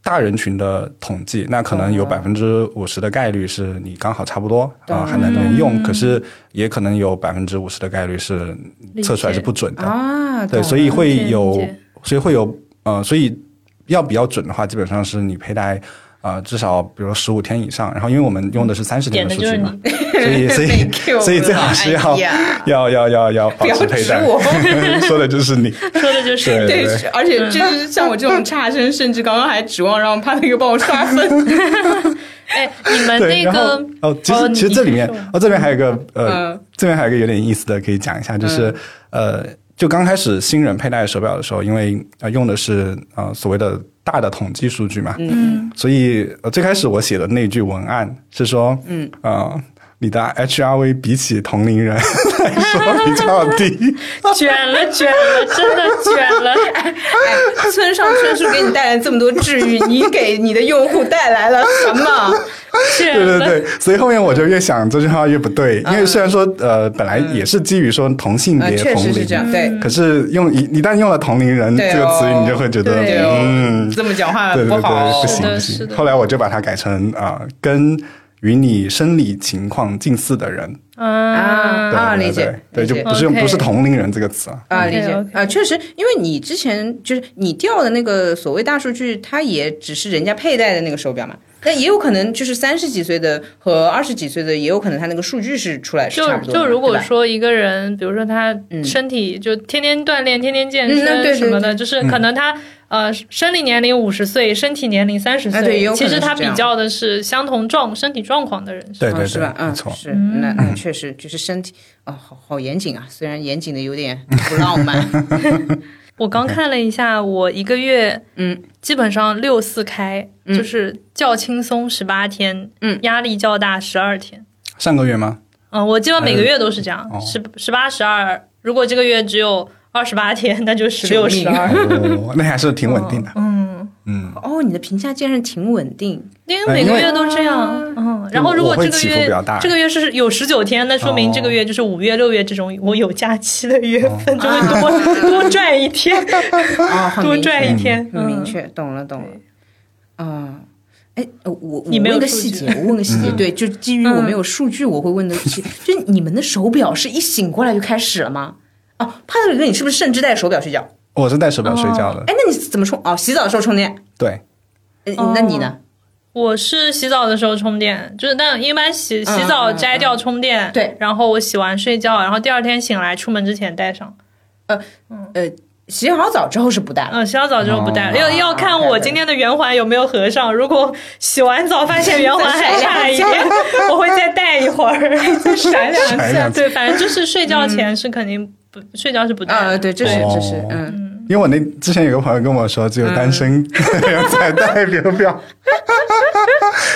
A: 大人群的统计，那可能
B: 哦
A: 有百分之五十的概率是你刚好差不多啊、还能能
B: 嗯
A: 用，可是也可能有百分之五十的概率是测出来是不准的。
C: 啊，
A: 对，
C: 懂
A: 所以
C: 了
A: 会
B: 解哦理
A: 有
B: 解，
A: 所以会有呃，所以要比较准的话，基本上是你佩戴。呃，至少比如十五天以上，然后因为我们用的是三十天
B: 点
A: 的数
B: 的就
A: 据
B: 是
A: 嘛
B: 你，，
A: 所以 所
C: 被
A: 以
C: cue
A: 所以
C: 了
A: 最好是要
C: 哎呀
A: 要要要要保
C: 不要
A: 持佩
C: 指
A: 戴，
C: 我。
A: 说的就是你，
B: 说的就是
A: 对
C: 对，而且就是像我这种差生，甚至刚刚还指望让帕特给帮我刷分。
B: 哎，你们
A: 对，
B: 那
A: 然后
B: 个
A: 哦，其
B: 哦
A: 实
B: 你
A: 其实这里面
B: 你说
A: 哦，这边还有一个呃
C: 嗯，
A: 这边还有一个有点意思的可以讲一
B: 嗯
A: 下，就是呃，就刚开始新人佩戴手表的时候，因为呃用的是呃所谓的大的统计数据嘛，嗯，所以呃最开始我写的那句文案是说，嗯呃。你的 HRV 比起同龄人 来说比较低，
B: 卷了，卷了，真的 卷了。
C: 哎，村上春树给你带来这么多治愈，你给你的用户带来了什么？
B: 卷
A: 对对
B: 了，
A: 对，所以后面我就越想这句话越不对，因为虽然说呃本来也是基于说同性
C: 呃，
A: 别
C: 嗯确
A: 同
C: 实是
A: 龄
C: 这，样，对。
A: 可是用一一旦用了“同龄人”
C: 对哦
A: 这个词语，你就会觉得，
C: 对哦
A: 嗯，
C: 这么讲话
A: 对对
C: 不好
A: 对，
C: 哦
A: 不
B: 是
A: 行
B: 的
A: 不
B: 是
A: 行。
B: 的
A: 后来我就把它改成啊、跟与你生理情况近似的人，
B: 嗯，
A: 对
C: 啊
A: 对
C: 理解
A: 对，
C: 理
A: 对
C: 解
A: 就不是用
B: OK
A: 不是同龄人这个词啊。
C: 啊，理解
B: OK，OK
C: 啊，确实，因为你之前就是你调的那个所谓大数据，它也只是人家佩戴的那个手表嘛，但也有可能就是三十几岁的和二十几岁的，也有可能它那个数据是出来是差
B: 就
C: 不多的嘛，
B: 就如
C: 对
B: 果
C: 吧
B: 说一个人，比如说他身体就天天锻炼、天天健
C: 嗯那对
B: 身
C: 对
B: 什么的，就是可能他呃生理年龄五十岁，身体年龄三十
C: 啊对也有
B: 岁，
C: 可能
B: 其实他
C: 是这
B: 比
C: 样
B: 较的是相同状身体状况的人。
A: 对对
C: 嗯是
A: 对
C: 吧？，嗯
A: 没，错。
C: 是那那确实就是身体哦，好好严谨啊，虽然严谨的有点不浪 漫
B: 我刚看了一下，我一个月，嗯，基本上六四开，
C: 嗯
B: 就是较轻松十八天，嗯，压力较大十二天。
A: 上个月吗？
B: 嗯，我基本每个月都是这样，
C: 哎哦
B: 十十八十二。如果这个月只有二十八天，那就十六
C: 救
B: 十
C: 命啊
B: 二。
A: 哦，那还是挺稳 定的。
C: 哦。你的评价竟然挺稳定，
B: 因
A: 呃
B: 为每个月都这样，嗯，然后如果
A: 我会
B: 这个
A: 起伏比
B: 月
A: 较大
B: 这个月是有十九天，那说明
A: 哦
B: 这个月就是五月、六月这种我有假期的月份，就会多、
A: 啊
B: 多赚一天，
C: 哦，很
B: 多
C: 明
B: 赚
C: 确，
B: 一天，
C: 很明
B: 嗯。
C: 确，懂了懂了。啊，哎，呃我我
B: 你没有
C: 问个
B: 数
C: 细
B: 据嗯
C: 节，我问个细
A: 嗯
C: 节， 对，就基于我没有数据，我会问的细，就你们的手表是一醒过来就开始了吗？哦，帕特里克，你是不是甚至戴着手表睡觉？哎
A: 我是戴手表睡觉的，
C: 哦哎，那你怎么充？哦，洗澡的时候充电。
A: 对，
C: 呃那你
B: 哦
C: 呢？
B: 我是洗澡的时候充电，就是但一般洗洗澡
C: 嗯嗯嗯
B: 摘掉充电，
C: 对，
B: 然后我洗完睡觉，然后第二天醒来出门之前带上。
C: 洗好澡之后是不戴了，
B: 嗯，洗好澡之后不带，
A: 哦
B: 要要看我今天的圆环有没有合上。如果洗完澡发现圆环还差一点，我会再戴一会儿。
C: 闪
A: 闪两次
B: 对，反正就是睡觉前是肯定不睡觉是不戴
C: 啊，
B: 的。
C: 对，这是这是
A: 哦
C: 嗯，
A: 因为我那之前有个朋友跟我说，只有单身
B: 嗯
A: 才戴手表，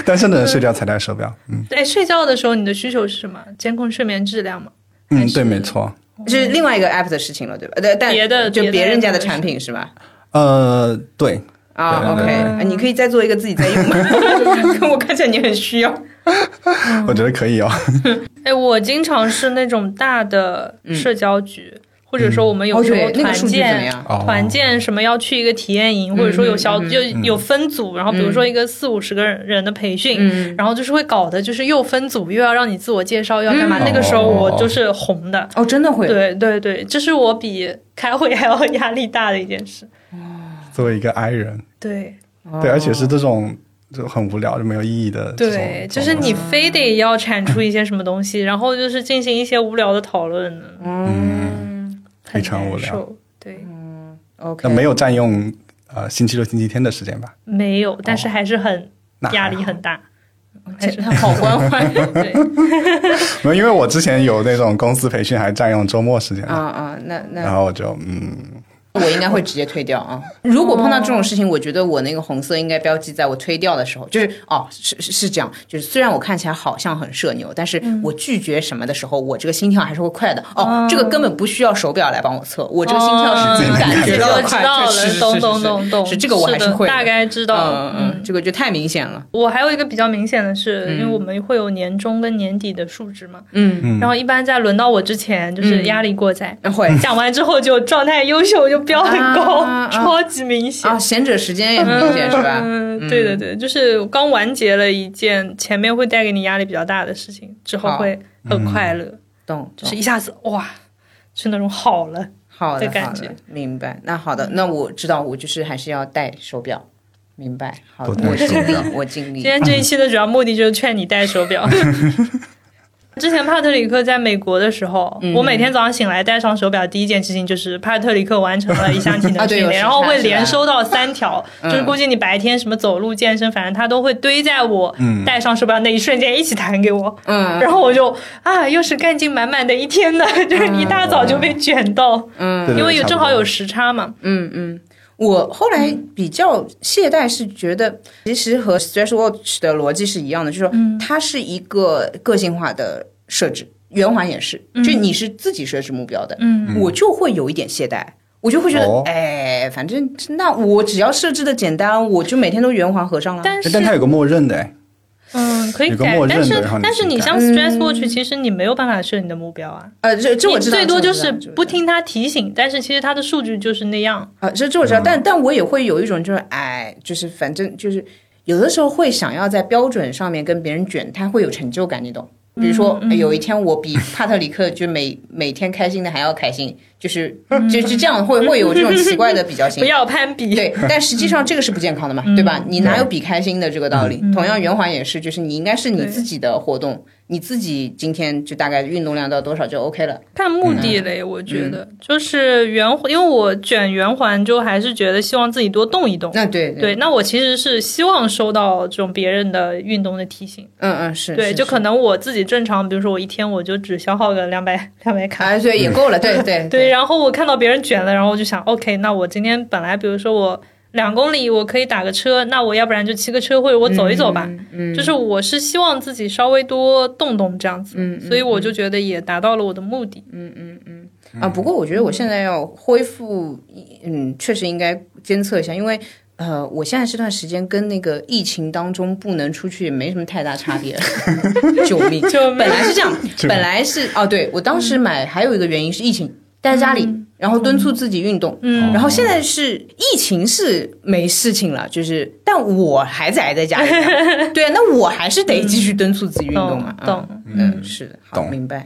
A: 单身的人睡觉才戴手表。嗯
B: 对，哎睡觉的时候你的需求是什么？监控睡眠质 量嘛。
A: 嗯，对，没错。
C: 这是另外一个 app 的事情了，对吧？呃对，但
B: 嗯别的
C: 就
B: 别的
C: 别人家的
B: app
C: 产品是吧？
A: 呃，对，
B: 嗯
C: 啊
A: 对对
C: ，OK，
A: 对
C: 啊你可以再做一个自己在用 的，我看起来你很需要。
B: 嗯
A: 我觉得可以哦。
B: 哎，我经常是那种大的
A: 嗯
B: 社交局，或者说我们有
C: 哦
B: 时候
C: 对那个
B: 团
C: 数据怎么
B: 建
C: 样、
A: 哦嗯
B: 团建什么要去一个体验营，或者说有小、就有分组，然后比如说一个四五十个人人的培训，
A: 嗯
B: 然后就是会搞的，就是又分组又要让你自我介绍，要干嘛？
A: 嗯
B: 那个时候我
A: 哦
B: 就是红的。
C: 哦，真的会
B: 对对对，这是我比开会还要压力大的一件事。
A: 作为一个 I 人，
B: 对
A: 对，而且是这种就很无聊、就没有意义的这种。
B: 哦对，
A: 这
B: 就
A: 种
C: 啊
B: 是你非得要产出一些什么东西，然后就是进行一些无聊的讨论呢，
C: 嗯
B: 嗯
A: 非常
B: 很难
A: 无聊
B: 受。对，
C: ，OK，
A: 那没有占用呃星期六、星期天的时间吧？
B: 没
C: 哦
B: 有，但是还是很
A: 那还
B: 压
A: 好
B: 力很大。
C: 这他好关怀
B: 对，
A: 没有，因为我之前有那种公司培训还占用周末时间的
C: 啊，
B: 哦
C: 啊，那
A: 然
C: 那
A: 后我就嗯，
C: 我应该会直接推掉
B: 哦
C: 啊。如果碰到这种事情，我觉得我那个红色应该标记在我推掉的时候，就是哦，是是是这样，就是虽然我看起来好像很社牛，但是
B: 嗯
C: 我拒绝什么的时候，我这个心跳还是会快的。哦，这个根本不需要手表来帮我测，我这个心跳是
A: 自己能
C: 感
A: 感觉
C: 觉
A: 到
C: 到
A: 的
C: 的
B: 哦嗯
C: 哦快，
B: 知道
C: 是是
B: 了，
C: 是
B: 懂
C: 是
B: 懂
C: 是
B: 懂懂，
C: 是这个我还
B: 是
C: 是
B: 的
C: 会的
B: 大概知道
C: 嗯。嗯，这个就太明显了。
B: 我还有一个比较明显的是，因为
C: 嗯
B: 我们会有年终跟年底的数值嘛，嗯，然后一般在轮到我之前，
C: 嗯
B: 就是压力过载，
C: 会
B: 讲完之后就状态优秀，就标很高，
C: 啊啊
B: 超级明显。
C: 啊，闲者时间也很明显是吧？
B: 嗯，对的对，就是刚完结了一件前面会带给你压力比较大的事情，之后
C: 好
B: 会很快乐，
C: 懂，
B: 就是一下子哇，是那种好了。
C: 好的
B: 的感
C: 好的
B: 觉
C: 明白。那好的，那我知道，我就是还是要戴手表，明白。好
A: 多
C: 的，
A: 戴
C: 我
A: 手
C: 尽力
A: 表，
C: 我尽力
B: 今。天这一期的主要目的就是劝你戴 手表。之前帕特里克在美国的时候，
C: 嗯
B: 我每天早上醒来戴上手表，第一件事情就是帕特里克完成了一项体
C: 啊
B: 能
C: 对
B: 训
C: 有
B: 练，
C: 时
B: 然后
C: 差
B: 会
C: 是嗯
B: 连
C: 吧
B: 收到三条，就是估计你白天什么走路、健身，反正他都会堆在我戴上手表那一瞬间一起弹给我，
C: 嗯
B: 然后我就啊，又是干劲满满的一天呢，就是
C: 嗯
B: 一大早就被卷到，
A: 对
B: 嗯因为有正好
A: 对对
B: 有。
A: 差
B: 时差嘛，
C: 嗯嗯，我后来
B: 嗯
C: 比较懈怠是觉得，其实和 Stress Watch 的逻辑是一样的，就是说
B: 嗯
C: 它是一个个性化的设置，圆环也是，
B: 嗯
C: 就你是自己设置目标的。嗯，我就会有一点懈怠。我就会觉得，
A: 哦
C: 哎，反正那我只要设置的简单，我就每天都圆环合上了。
B: 但
A: 不多哎
B: 是
A: 但它有个默认的哎，
B: 嗯，可以
A: 有个
B: 改
A: 默，认
B: 但
A: 的
B: 是
A: 然后你
B: 但
A: 自
B: 是
A: 己
B: 你
A: 改
C: 嗯
B: 像 Stress Watch，其实你没有办法设你的目标啊，
C: 呃，这这我知道，
B: 你最多
C: 这
B: 就
C: 我知道
B: 是
C: 这我知道
B: 不听他提醒，但是其实他的数据就是那样。
C: 啊，这这我知
B: 嗯
C: 道，但但我也会有一种就是，哎，就是反正就是有的时候会想要在标准上面跟别人卷，他会有成就感，你懂？比如说、
B: 嗯
C: 哎有一天我比帕特里克就每每天开心的还要开心，就是就是这样会会有这种奇怪的比较心
B: 嗯不。要嗯攀比，
C: 对，但实际上这个是不健康的嘛，对吧？你哪有比开心的这个道理？
B: 嗯
C: 同样，圆环也是，就是你应该是你自己的活动，你自己今天就大概运动量到多少就 OK 了。
B: 看目
A: 嗯
B: 的嘞。我
C: 嗯
B: 觉得就是圆，因为我卷圆环，就还是觉得希望自己多动一动。
C: 那对
B: 对，，那我其实是希望收到这种别人的运动的提醒。
C: 嗯嗯是，
B: 对，
C: 是
B: 就是可能我自己正常，比如说我一天我就只消耗个两百两百卡，
C: 哎，对，也够了， 对对
B: 对，然后我看到别人卷了，然后我就想，OK，那我今天本来比如说我两公里我可以打个车，那我要不然就骑个车或者我走一走吧。
C: 嗯
B: 就是我是希望自己稍微多动动这样子，
C: 嗯
B: 所以我就觉得也达到了我的目的。
C: 啊，不过我觉得我现在要恢复，嗯，确实应该监测一下，因为呃，我现在这段时间跟那个疫情当中不能出去也没什么太大差别。 救命！
B: 救嗯命
C: 本来是这样，本来是哦，对我当时买还有一个原因是疫情，待在家里，
B: 嗯
C: 然后敦促自己运动。嗯，然后现在是疫情是没事情了，就是但我还宅在家里啊， 对啊，那我还是得继续敦促自己运动嘛。
B: 嗯懂嗯
C: 啊嗯，是的，好，
A: 懂
C: 明白。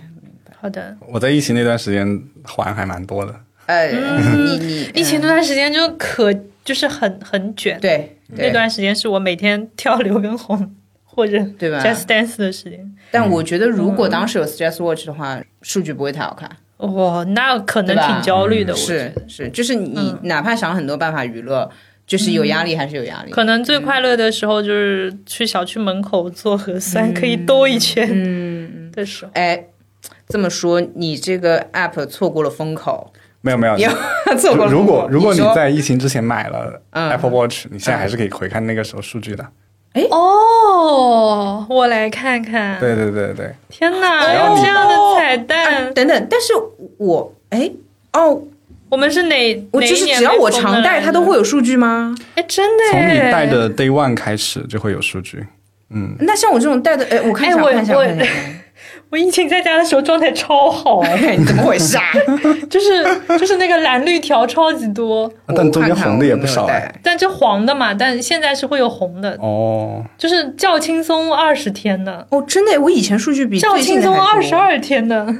B: 好
C: 嗯
B: 的，
A: 我在疫情那段时间还还蛮多的，
C: 呃，你你
B: 疫情那段时间就可就是很很卷，
C: 对，对
B: 那段时间是我每天跳刘畊宏或者
C: 对吧
B: Just Dance 的时间。
C: 但我觉得如
B: 嗯
C: 果当时有 Stress Watch 的话，数据不会太好看。
B: 哇，那可能
C: 对吧嗯
B: 挺焦虑
A: 嗯
B: 的，我觉得嗯
C: 是是，就是你哪怕想很多办法娱乐，就是有压力还是有压力。
B: 可能最快乐的时候就是去小区门口做核酸，可以兜一圈
D: 嗯，
B: 的时候。
C: 哎，这么说你这个 app 错过了风口，
A: 没有没有，
C: 你错过了风口。
A: 如果如果你
C: 说
A: 在疫情之前买了
C: 嗯
A: Apple Watch，你现在还是可以回看那个时候数据的。
B: 哦，我来看
C: 嗯
B: 看。
A: 对对对对，
B: 天哪，
A: 然后
B: 有
A: 你
B: 这样的彩
C: 啊
B: 蛋！
C: 等等，但是我哎哦，
B: 我们是哪？
C: 我
B: 哪一
C: 就是
B: 年
C: 只要
B: 被
C: 我
B: 封嗯
C: 常
B: 的来
C: 戴，它
B: 着
C: 都会有数据吗？
B: 哎，真的
A: 从你
B: 耶
A: 带的 Day One 开始就会有数据。嗯，
C: 那像我这种戴的，哎，我看一下，
B: 哎
C: 我
B: 我
C: 看一下，我
B: 我
C: 看一下。
B: 我疫情在家的时候状态超好，
C: 哎，你怎么回事啊？
B: 就是就是那个蓝绿条超级多，
C: 我
A: 但中间
C: 看看
A: 红
C: 我
A: 的也
C: 有
A: 不
C: 没有
A: 少哎。
C: 戴
B: 但这黄的嘛，但现在是会有红的，
A: 哦，
B: 就是较轻松二十天的，
C: 哦，真的，我以前数据比
B: 较
C: 最近
B: 轻
C: 的
B: 松
C: 还
B: 二
C: 多
B: 十。二天的，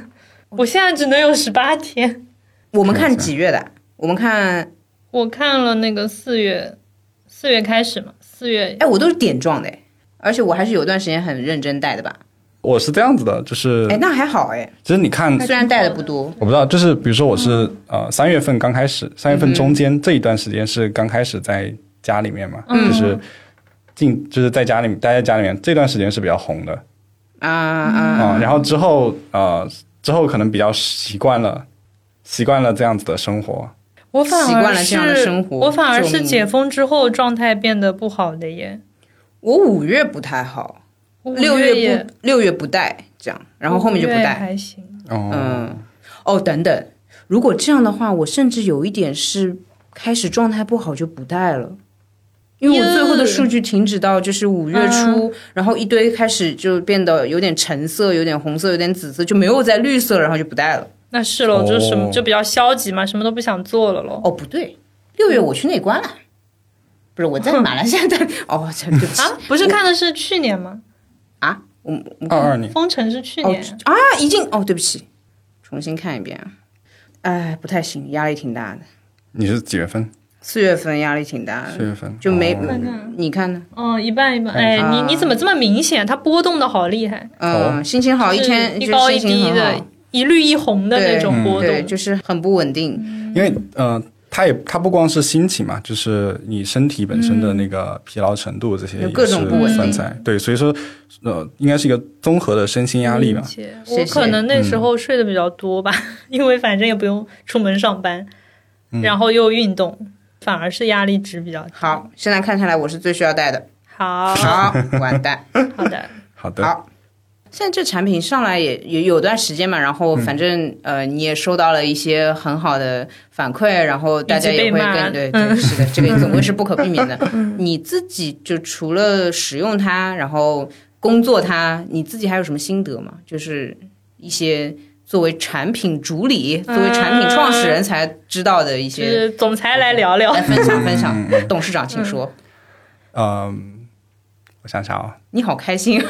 B: 我现在只能有十八天。
C: 我们看几月的？我们看，
B: 我看了那个四月，四月开始嘛，四月
C: 哎，我都是点状的，哎而且我还是有段时间很认真戴的吧。
A: 我是这样子的，就是
C: 哎，那还好哎，
A: 其实你看，
C: 虽然戴的不多，
A: 我不知道，就是比如说我是
C: 嗯
A: 呃三月份刚开始，三月份中间这一段时间是刚开始在家里面嘛，
C: 嗯
A: 就是进就是在家里面待在家里面这段时间是比较红的
C: 啊啊，
A: 啊、然后之后呃之后可能比较习惯了。习惯了这样子的生活，
B: 我反而
C: 习惯了
B: 是
C: 这样的生活嗯
B: 我反而
C: 救
B: 是
C: 命
B: 解封之后状态变得不好的耶。
C: 我五月不太好，
B: 我
C: 六
B: 五
C: 月
B: 也
C: 不六月不戴这样，然后后面就不
B: 五月
C: 戴。
B: 还行。
A: 哦，
C: 嗯，哦，等等，如果这样的话，我甚至有一点是开始状态不好就不戴了。因为我最后的
B: 哟
C: 数据停止到就是五月初，
A: 嗯
C: 然后一堆开始就变得有点橙色，有点红色，有点紫色，就没有在绿色，然后就不戴了。
B: 那是喽，
A: 哦
B: 就什么就比较消极嘛，什么都不想做了喽。
C: 哦，不对，六月我去内关了，不是我在马来西 亚待。哦，这对不起
B: 啊，不是看的是去年吗？
C: 啊，我我
A: 二二年，
B: 封城是去
C: 哦
B: 年，
C: 啊，已经哦，对不起，重新看一遍啊。哎，不太行，压力挺大的。
A: 你是几月份？
C: 四月份压力挺大的，
A: 四月份
C: 就没、
A: 哦
C: 你看呢？
B: 嗯，一半一半。哎，
C: 啊
B: 你你怎么这么明显？它波动的好厉害，
C: 嗯，心情好一天
B: 就是一
C: 就
B: 高一
C: 心情
B: 低
C: 很
B: 的
C: 好，
B: 一绿一红的那种波
C: 对，
B: 动。
C: 就是很不稳定。
A: 因为呃，它也它不光是心情嘛，就是你身体本身的那个疲劳程度这些
C: 嗯有
A: 也
C: 各种
A: 是
C: 不稳
A: 算
C: 定
A: 在对，所以说呃，应该是一个综合的身心压力吧
B: 理。解
C: 谢
B: 嗯我
C: 谢
B: 可能那时候睡得比较多吧， 因为反正也不用出门上班，
A: 嗯
B: 然后又运动，反而是压力值比较低。
C: 好，现在看下来我是最需要带的。
B: 好
C: 好，完蛋。
B: 好 的，
A: 好的，
C: 嗯好现在这产品上来也也有段时间嘛，然后反正、呃你也收到了一些很好的反馈，然后大家也
B: 以
C: 会
B: 及被骂
C: 更对对
B: 嗯
C: 是的，这个总归是不可避免的。你自己就除了使用它，然后工作它，你自己还有什么心得吗？就是一些作为产品主理、作为产品创始人才知道的一
B: 就
C: 些，
B: 是总裁来聊聊
C: 来。分享分享。董事长，请说。
A: 嗯，我想想啊，
C: 你好开心，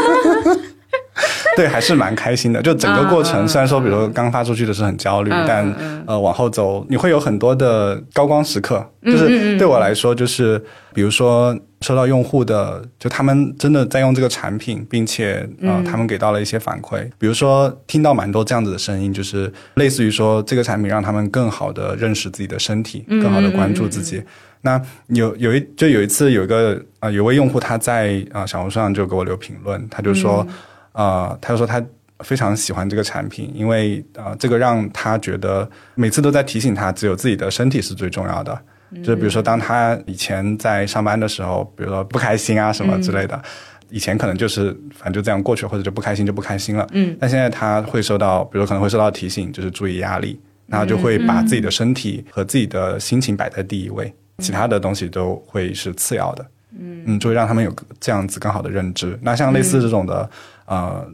A: 对，还是蛮开心的。就整个过程，虽然说，比如说刚发出去的时候很焦虑，但呃，往后走你会有很多的高光时刻。就是对我来说，就是比如说收到用户的，就他们真的在用这个产品，并且呃，他们给到了一些反馈。比如说听到蛮多这样子的声音，就是类似于说这个产品让他们更好的认识自己的身体，更好的关注自己。那有有一就有一次有一个啊、呃有位用户他在啊、呃小红书上就给我留评论，他就说。呃，他就说他非常喜欢这个产品，因为呃，这个让他觉得每次都在提醒他，只有自己的身体是最重要的。就是比如说，当他以前在上班的时候，比如说不开心啊什么之类的，以前可能就是反正就这样过去，或者就不开心就不开心了。嗯，但现在他会收到，比如说可能会收到提醒，就是注意压力，那就会把自己
C: 嗯
A: 的身体和自己的心情摆在第一位，其他的东西都会是次要的。嗯，就会让他们有这样子更好的认知。那像类似这种的，
C: 嗯
A: 呃，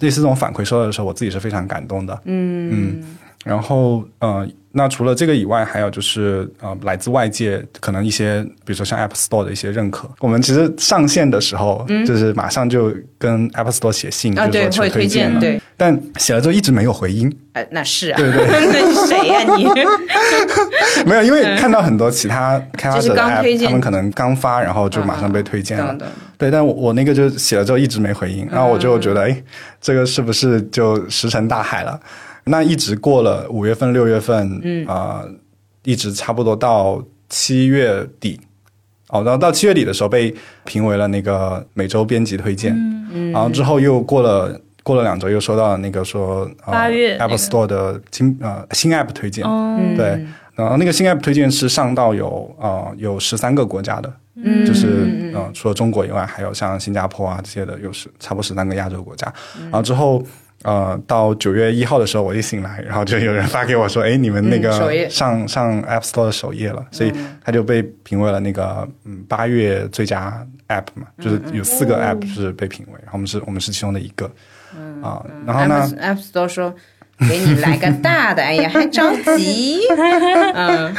A: 类似这种反馈收到的时候，我自己是非常感动的。嗯然后呃，那除了这个以外，还有就是呃，来自外界可能一些，比如说像 App Store 的一些认可。我们其实上线的时候，就是马上就跟 App Store 写信，
C: 嗯啊
A: 就是
C: 对，
A: 说
C: 会
A: 求
C: 推
A: 荐
C: 荐
A: 了。
C: 对，
A: 但写了之后一直没有回音，
C: 呃，那是啊，
A: 对对
C: 那你谁呀、你？
A: 没有，因为看到很多其他开发者的
C: 就是刚
A: app，
C: 推荐嗯
A: 他们可能刚发，然后就马上被推荐了
C: 等。等，
A: 对，但我我那个就写了之后一直没回应，然后我就觉得，哎，这个是不是就石沉大海了？那一直过了五月份、六月份，嗯啊、一直差不多到七月底，哦，然后到七月底的时候被评为了那个每周编辑推荐，嗯，然后之后又过了。过了两周，又收到了那个说，呃
B: 八月那
A: ，App
B: 个
A: Store 的新呃新 App 推荐，
B: 嗯，
A: 对，然啊后那个新 app 推荐是上到有呃有十三个国家的，
C: 嗯
A: 就是
C: 嗯
A: 嗯、呃除了中国以外，还有像新加坡啊这些的，有十差不多十三个亚洲国家。
C: 嗯
A: 然后之后呃到九月一号的时候，我一醒来，然后就有人发给我说：“哎，你们那
C: 嗯首页嗯
A: 个上、上 App Store 的首页了。”所以他就被评为了那个嗯八月最佳 app 嘛，
C: 嗯
A: 就是有四
C: 哦
A: 个 app 是被评为，然后我们是我们是其中的一个。
C: 嗯
A: 啊、然后呢？
C: App Store 说给你来个大的，哎呀，还着 急。嗯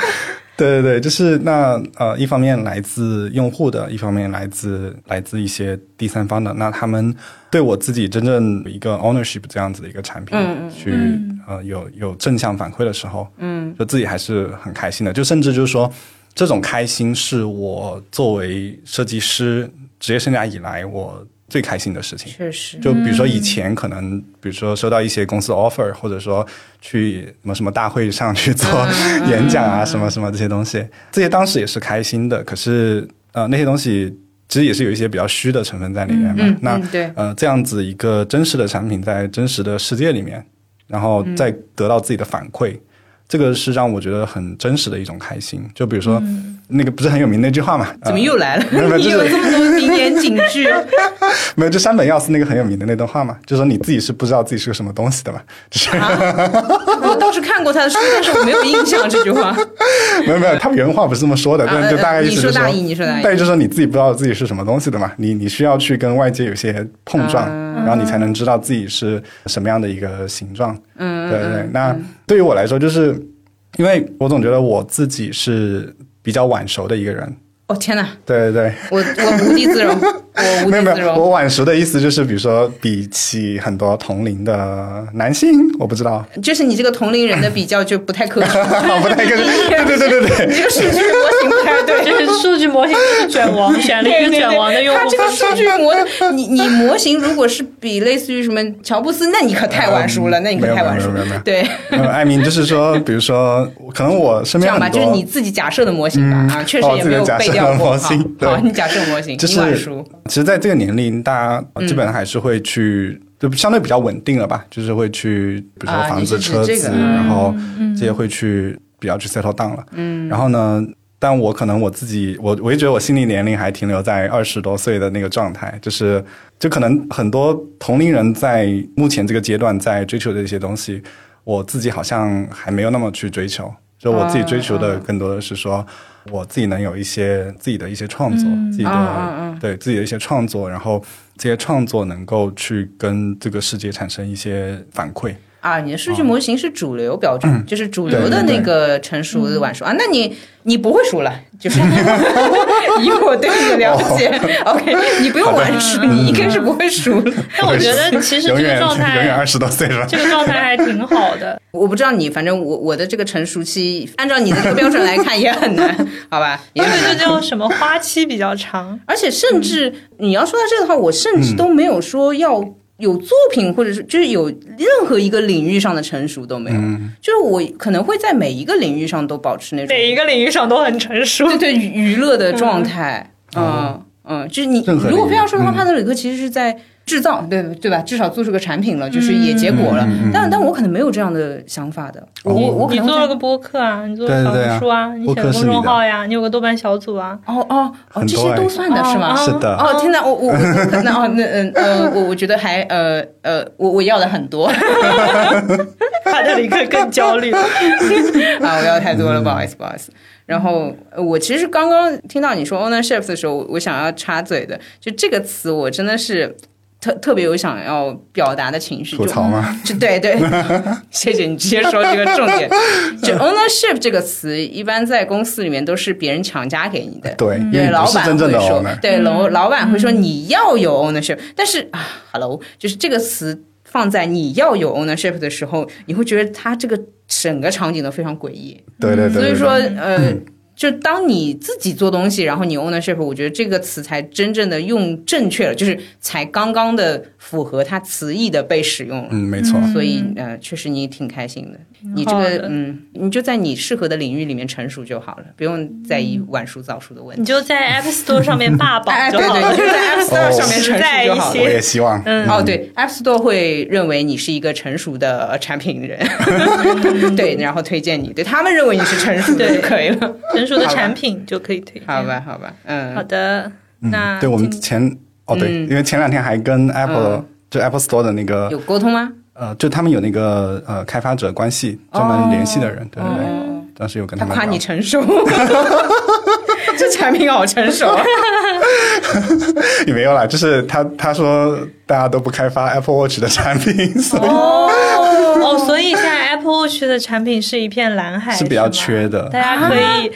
A: 对对对，就是那呃，一方面来自用户的，一方面来自来自一些第三方的。那他们对我自己真正有一个 ownership 这样子的一个产品，去呃有有正向反馈的时候，嗯，就自己还是很开心的。就甚至就是说，这种开心是我作为设计师职业生涯以来我最开心的事情。
C: 确实，
A: 就比如
C: 嗯
A: 说以前可能，比如说收到一些公司 offer，或者说去什么什么大会上去做
C: 嗯
A: 演讲啊，什么什么这些东西，这些当时也是开心的。可是呃，那些东西其实也是有一些比较虚的成分在里面嘛。
C: 嗯，
A: 那、
C: 嗯对，
A: 呃，这样子一个真实的产品在真实的世界里面，然后
C: 嗯
A: 再得到自己的反馈，这个是让我觉得很真实的一种开心。就比如说、那个不是很有名那句话嘛，呃
C: 嗯怎么又来了？
A: 没 有没有
C: 你
A: 就是
C: 有这么多名言警 句，
A: 没有，就山本耀司那个很有名的那段话嘛，就说你自己是不知道自己是个什么东西的嘛， 就是、
C: 啊我倒是看过他的书，但是我没有印象这句 话。
A: 没有没有，他原话不是这么说的，但
C: 啊
A: 就大概意思就是
C: 你说大意你说大意
A: 大意就是说你自己不知道自己是什么东西的嘛，你你需要去跟外界有些碰撞，
C: 啊
A: 然后你才能知道自己是什么样的一个形状。
C: 嗯，
A: 对对，那对于我来说，就是因为我总觉得我自己是比较晚熟的一个人。
C: 哦天哪，
A: 对对对，
C: 我我无地自容，我无
A: 没有
C: 地
A: 没
C: 自
A: 有，我
C: 容。
A: 晚熟的意思就是，比如说比起很多同龄的男性，我不知道，
C: 就是你这个同龄人的比较就不太科学，
A: 不太 跟，对对对对对，
C: 你这个数据模型不太对。
B: 就是数据模型就是卷王，选了一
C: 对
B: 个
C: 对
B: 卷王的
C: 对，
B: 用
C: 它
B: 户
C: 这个
B: 方
C: 数
B: 式。
C: 据模，你你模型如果是比类似于什么乔布斯，那你可太晚熟了，
A: 嗯
C: 那你可太晚熟
A: 没有没有没有没
C: 了
A: 有。
C: 对，
A: 嗯，艾明就是说，比如说，可能我身
C: 这
A: 边
C: 样吧，
A: 很多，
C: 就是你自己假设的模型吧啊，确实
A: 哦
C: 也
A: 自己
C: 没有
A: 假
C: 背
A: 设
C: 掉
A: 的
C: 过。
A: 模
C: 好
A: 型，对
C: 好，你假设模型，
A: 就
C: 你晚
A: 是
C: 熟，
A: 其实在这个年龄，大家基本上
C: 嗯
A: 还是会去，就相对比较稳定了吧，就是会去，比如说
C: 啊
A: 房
C: 你
A: 子、
C: 是指
A: 车
C: 这个
A: 子，
C: 嗯
A: 然后这些会去比较去 settle down 了。嗯，然后呢？但我可能我自己，我我也觉得我心理年龄还停留在二十多岁的那个状态，就是就可能很多同龄人在目前这个阶段在追求的一些东西，我自己好像还没有那么去追求。就我自己追求
C: 啊
A: 的更多的是说，我自己能有一些自己的一些创作，自己的、
C: 嗯嗯
A: 对自己的一些创作，然后这些创作能够去跟这个世界产生一些反馈。
C: 啊，你的数据模型是主流标准，就是主流的
A: 嗯对对
C: 那个成熟的晚熟啊，那你你不会熟了，就是 以我对你的了
A: 哦
C: 解，OK，你不用晚熟，你应
A: 嗯
C: 该是不会熟的。
B: 但我觉得其实
A: 永
B: 这个
A: 远
B: 状
A: 永远
B: 态，
A: 二十多岁了，
B: 这个状态还挺好 的。
C: 我不知道你，反正我我的这个成熟期，按照你的这个标准来看也很难，好吧？也
B: 因为
C: 很
B: 这
C: 难。
B: 叫什么花期比较长，
C: 而且甚至
A: 嗯
C: 你要说到这个的话，我甚至都没有说要有作品，或者是就是有任何一个领域上的成熟都没有。
A: 嗯
C: 就是我可能会在每一个领域上都保持那种
B: 每一个领域上都很成熟。
C: 对对娱娱乐的状态，嗯嗯，就是你
A: 任何领域
C: 如果非要说的话，
A: 嗯
C: 帕特里克其实是在制造，对对吧？至少做出个产品了，就是也结果了。
A: 嗯嗯嗯
C: 但但我可能没有这样的想法的，我
A: 哦
C: 我我可
B: 你
C: 能
B: 做
C: 在
B: 了个播客啊，你做了
A: 对
B: 小
A: 对对啊
B: 红书啊，你写
A: 播客
B: 了
A: 是
B: 公众
A: 你的
B: 号呀，你有个豆瓣小组啊，
C: 哦哦哦，
A: 很
C: 这
A: 多
C: 些
A: 哎
C: 都算的是吗？
B: 哦
A: 是的，
C: 哦，天哪，我我我可能哦，那嗯呃，我我觉得还呃呃，我我要的很多 啊，
B: 帕特里克更焦虑。
C: 啊我要的太多了，
A: 嗯
C: 不好意思，不好意思。然后呃我其实刚刚听到你说 ownership 的时候，我我想要插嘴的，就这个词，我真的是特特别有想要表达的情绪，
A: 吐
C: 就
A: 槽吗？
C: 就对对， 谢谢你直接说这个重点。就 ownership 这个词，一般在公司里面都是别人强加给你的，
A: 对，因
C: 对，嗯
A: 为
C: 老
A: 不是
C: 板
A: 真正
C: 会
A: 的
C: 说
B: 嗯
A: owner，，
C: 对，老老板会说你要有 ownership，但是啊，hello，就是这个词放在你要有 ownership 的时候，你会觉得它这个整个场景都非常诡异。
A: 对对对对
C: 所以
A: 对
C: 说，呃，就当你自己做东西，然后你 ownership，我觉得这个词才真正的用正确了，就是才刚刚的符合它词义的被使用了。
A: 嗯，没错，
C: 所以，呃，确实你挺开心的。你这
B: 好
C: 个
B: 的，
C: 嗯，你就在你适合的领域里面成熟就好了，不用在意
B: 嗯
C: 晚熟早熟的问
B: 你
C: 题。
B: 就在 App Store 上面霸榜
C: 哎，
B: 就
C: 对
B: 好
C: 对，
B: 了
C: 你。就在 App Store 上面
B: 实
C: 成
B: 在
C: 熟就
B: 一
C: 好
B: 些
C: 了。
A: 我也希望。
B: 嗯
C: 哦，对，App Store 会认为你是一个成熟的呃产品 人，对，然后推荐你，对他们认为你是成熟的
B: 对
C: 就可以了。
B: 成熟的
C: 好吧
B: 产品就可以推荐。
C: 好吧，好吧，
B: 好
C: 嗯，
B: 的，那
A: 嗯，对我们
B: 今
A: 前哦对，因为前两天还跟 Apple 就 Apple Store 的那个
C: 嗯有沟通吗？
A: 呃，就他们有那个呃开发者关系专门联系的人，对对对，当时有跟
C: 哦他
A: 们
C: 夸
A: 聊
C: 你 成熟，这产品好成熟啊。
A: 也没有啦，就是他他说大家都不开发 Apple Watch 的产品， 所以
B: 哦哦，所以现在 Apple Watch 的产品是一片蓝海，
A: 是比较缺的嗯
B: 是吗，大家可以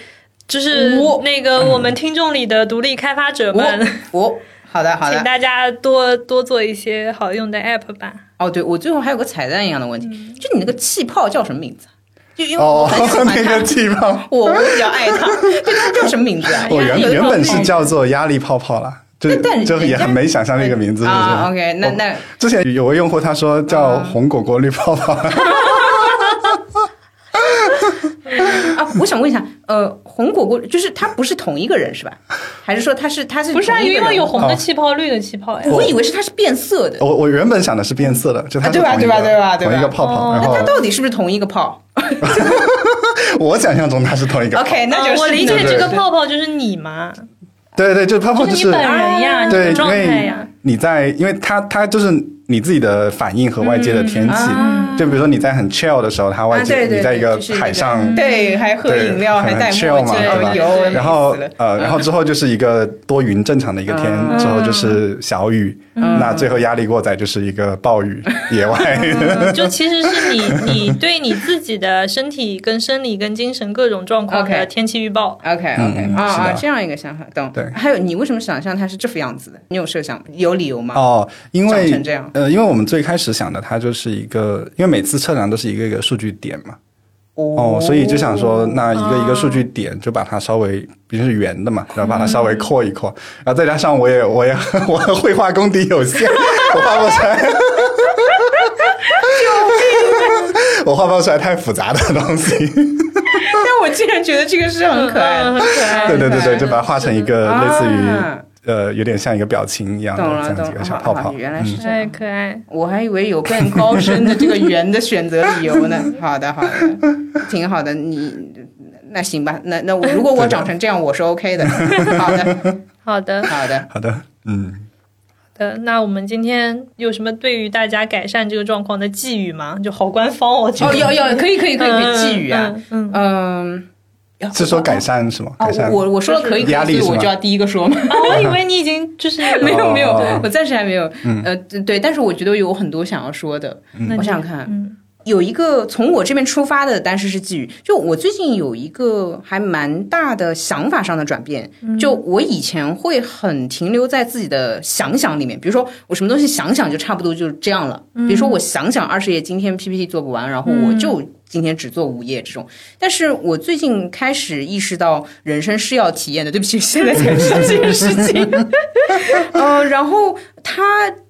B: 就是
C: 啊我
B: 那个我们听众里的独立开发者
C: 我
B: 们，
C: 我好的好
B: 请
C: 的。
B: 大家多多做一些好用的 App 吧。
C: 哦，对，我最后还有个彩蛋一样的问题，
B: 嗯
C: 就你那个气泡叫什么名字啊？就因为我
A: 哦
C: 很 喜，欢
A: 那
C: 它
A: 个，地方，
C: 我我比较爱它。对，它叫什么名字啊？
A: 我原
B: 压力泡泡
A: 原本是叫做压力泡泡啦，就
C: 但但
A: 就
C: 人
A: 也
C: 家
A: 很没想象那个名字，是不
C: 啊
A: 是？哦
C: ，OK，那啊那
A: 之前有位用户他说叫红果果绿泡 泡，
C: 啊，我想问一下，呃，红果果就是它不是同一个人是吧？还是说它是它是
B: 不是啊，
C: 同一个
B: 因
C: 人
B: 为有红的
A: 哦
B: 气泡、绿的气泡哎。
C: 我以为是它是变色的，
A: 我我原本想的是变色的，就它
C: 啊
A: 是
C: 对吧
A: 同一
C: 对吧
A: 个
C: 对吧对吧
A: 同一个泡泡，
B: 哦
A: 然
C: 那
A: 后
C: 它到底是不是同一个泡
A: 我想象中它是同一个，
C: ？OK，那
B: 嗯
C: 就是、
B: 我理解
A: 对
B: 这个泡泡就是你嘛，
A: 对对，就是泡泡
B: 就
A: 就是是
B: 哦你本人呀，你
A: 对，
B: 的
A: 因
B: 状态
A: 为
B: 呀。
A: 你在，因为它它就是你自己的反应和外界的天气，
C: 啊
A: 就比如说你在很 chill 的时候，它外
C: 啊，
A: 界、
C: 对对，
A: 你在一个
C: 就是那嗯
A: 海上，
C: 对，还喝
A: 对
C: 饮料，还
A: 很
C: 戴墨
A: chill 嘛，
C: 镜，
A: 对吧？
C: 有我
A: 然后
C: 累死了
A: 呃，然后之后就是一个多云正常的一个天，
C: 嗯
A: 之后就是小雨，那最后压力过载就是一个暴 雨，野外。
B: 嗯就其实是你 你对你自己的身体、跟生理、跟精神各种状况
C: OK
B: 的天气预报。
C: OK OK
A: 嗯
C: 啊
A: 是的
C: 啊，这样一个想法，懂？
A: 对
C: 还有你为什么想象它是这副样子的？你有设想，有理由吗？
A: 哦，因
C: 长
A: 为
C: 成这样
A: 呃，因为我们最开始想的它就是一个，因为每次测量都是一个一个数据点嘛，哦，所以就想说，那一个一个数据
C: 哦
A: 点就把它稍微，毕竟是圆的嘛，
C: 嗯
A: 然后把它稍微扩一扩，然后再加上我也我也 我绘画功底有限， 我画不出来， 我画不出来太复杂的东 西，
C: 但我竟然觉得这个是很可爱
B: 嗯
C: 的
B: 嗯。很可爱。
A: 对对对对，就把它画成一个呃类似
C: 啊
A: 于呃，有点像一个表情一样的
C: 懂
A: 这
C: 了
A: 样
C: 懂
A: 几
C: 了，
A: 个小泡
C: 好好
A: 泡嗯
C: 好，原来是这
B: 哎，
C: 样。
B: 可爱。
C: 我还以为有更高深的这个圆的选择理由 呢。好的，好的，挺好的。你那行吧，那那我如果我长成这样，我是 OK 的。好的，
B: 好的，好
C: 好的。
A: 好的，嗯，
B: 的。那我们今天有什么对于大家改善这个状况的寄语吗？就好官方哦，我觉
C: 哦，
B: 得。
C: 有有，可以可以可以可以
B: 嗯
C: 寄语啊。，
B: 嗯，
C: 嗯，要
A: 是说改善什么？
C: 啊
A: 改，善
C: 我我我说了可以，可以
A: 压力是
C: 所以
A: 吗
C: 我就要第一个说嘛。
B: 嗯啊，我以为你已经就是
C: 没有没有
A: 哦，嗯
C: 我暂时还没有。呃，对，但是我觉得有很多想要说的。
B: 那
C: 我
B: 你
C: 想想看，
B: 嗯
C: 有一个从我这边出发的，但是是寄语。就我最近有一个还蛮大的想法上的转变，
B: 嗯
C: 就我以前会很停留在自己的想想里面，比如说我什么东西想想就差不多就这样了，
B: 嗯
C: 比如说我想想二十页今天 PPT 做不完，然后我就今天只做五页这种。但是我最近开始意识到人生是要体验的，对不起，现在才知道这件事情。呃，然后他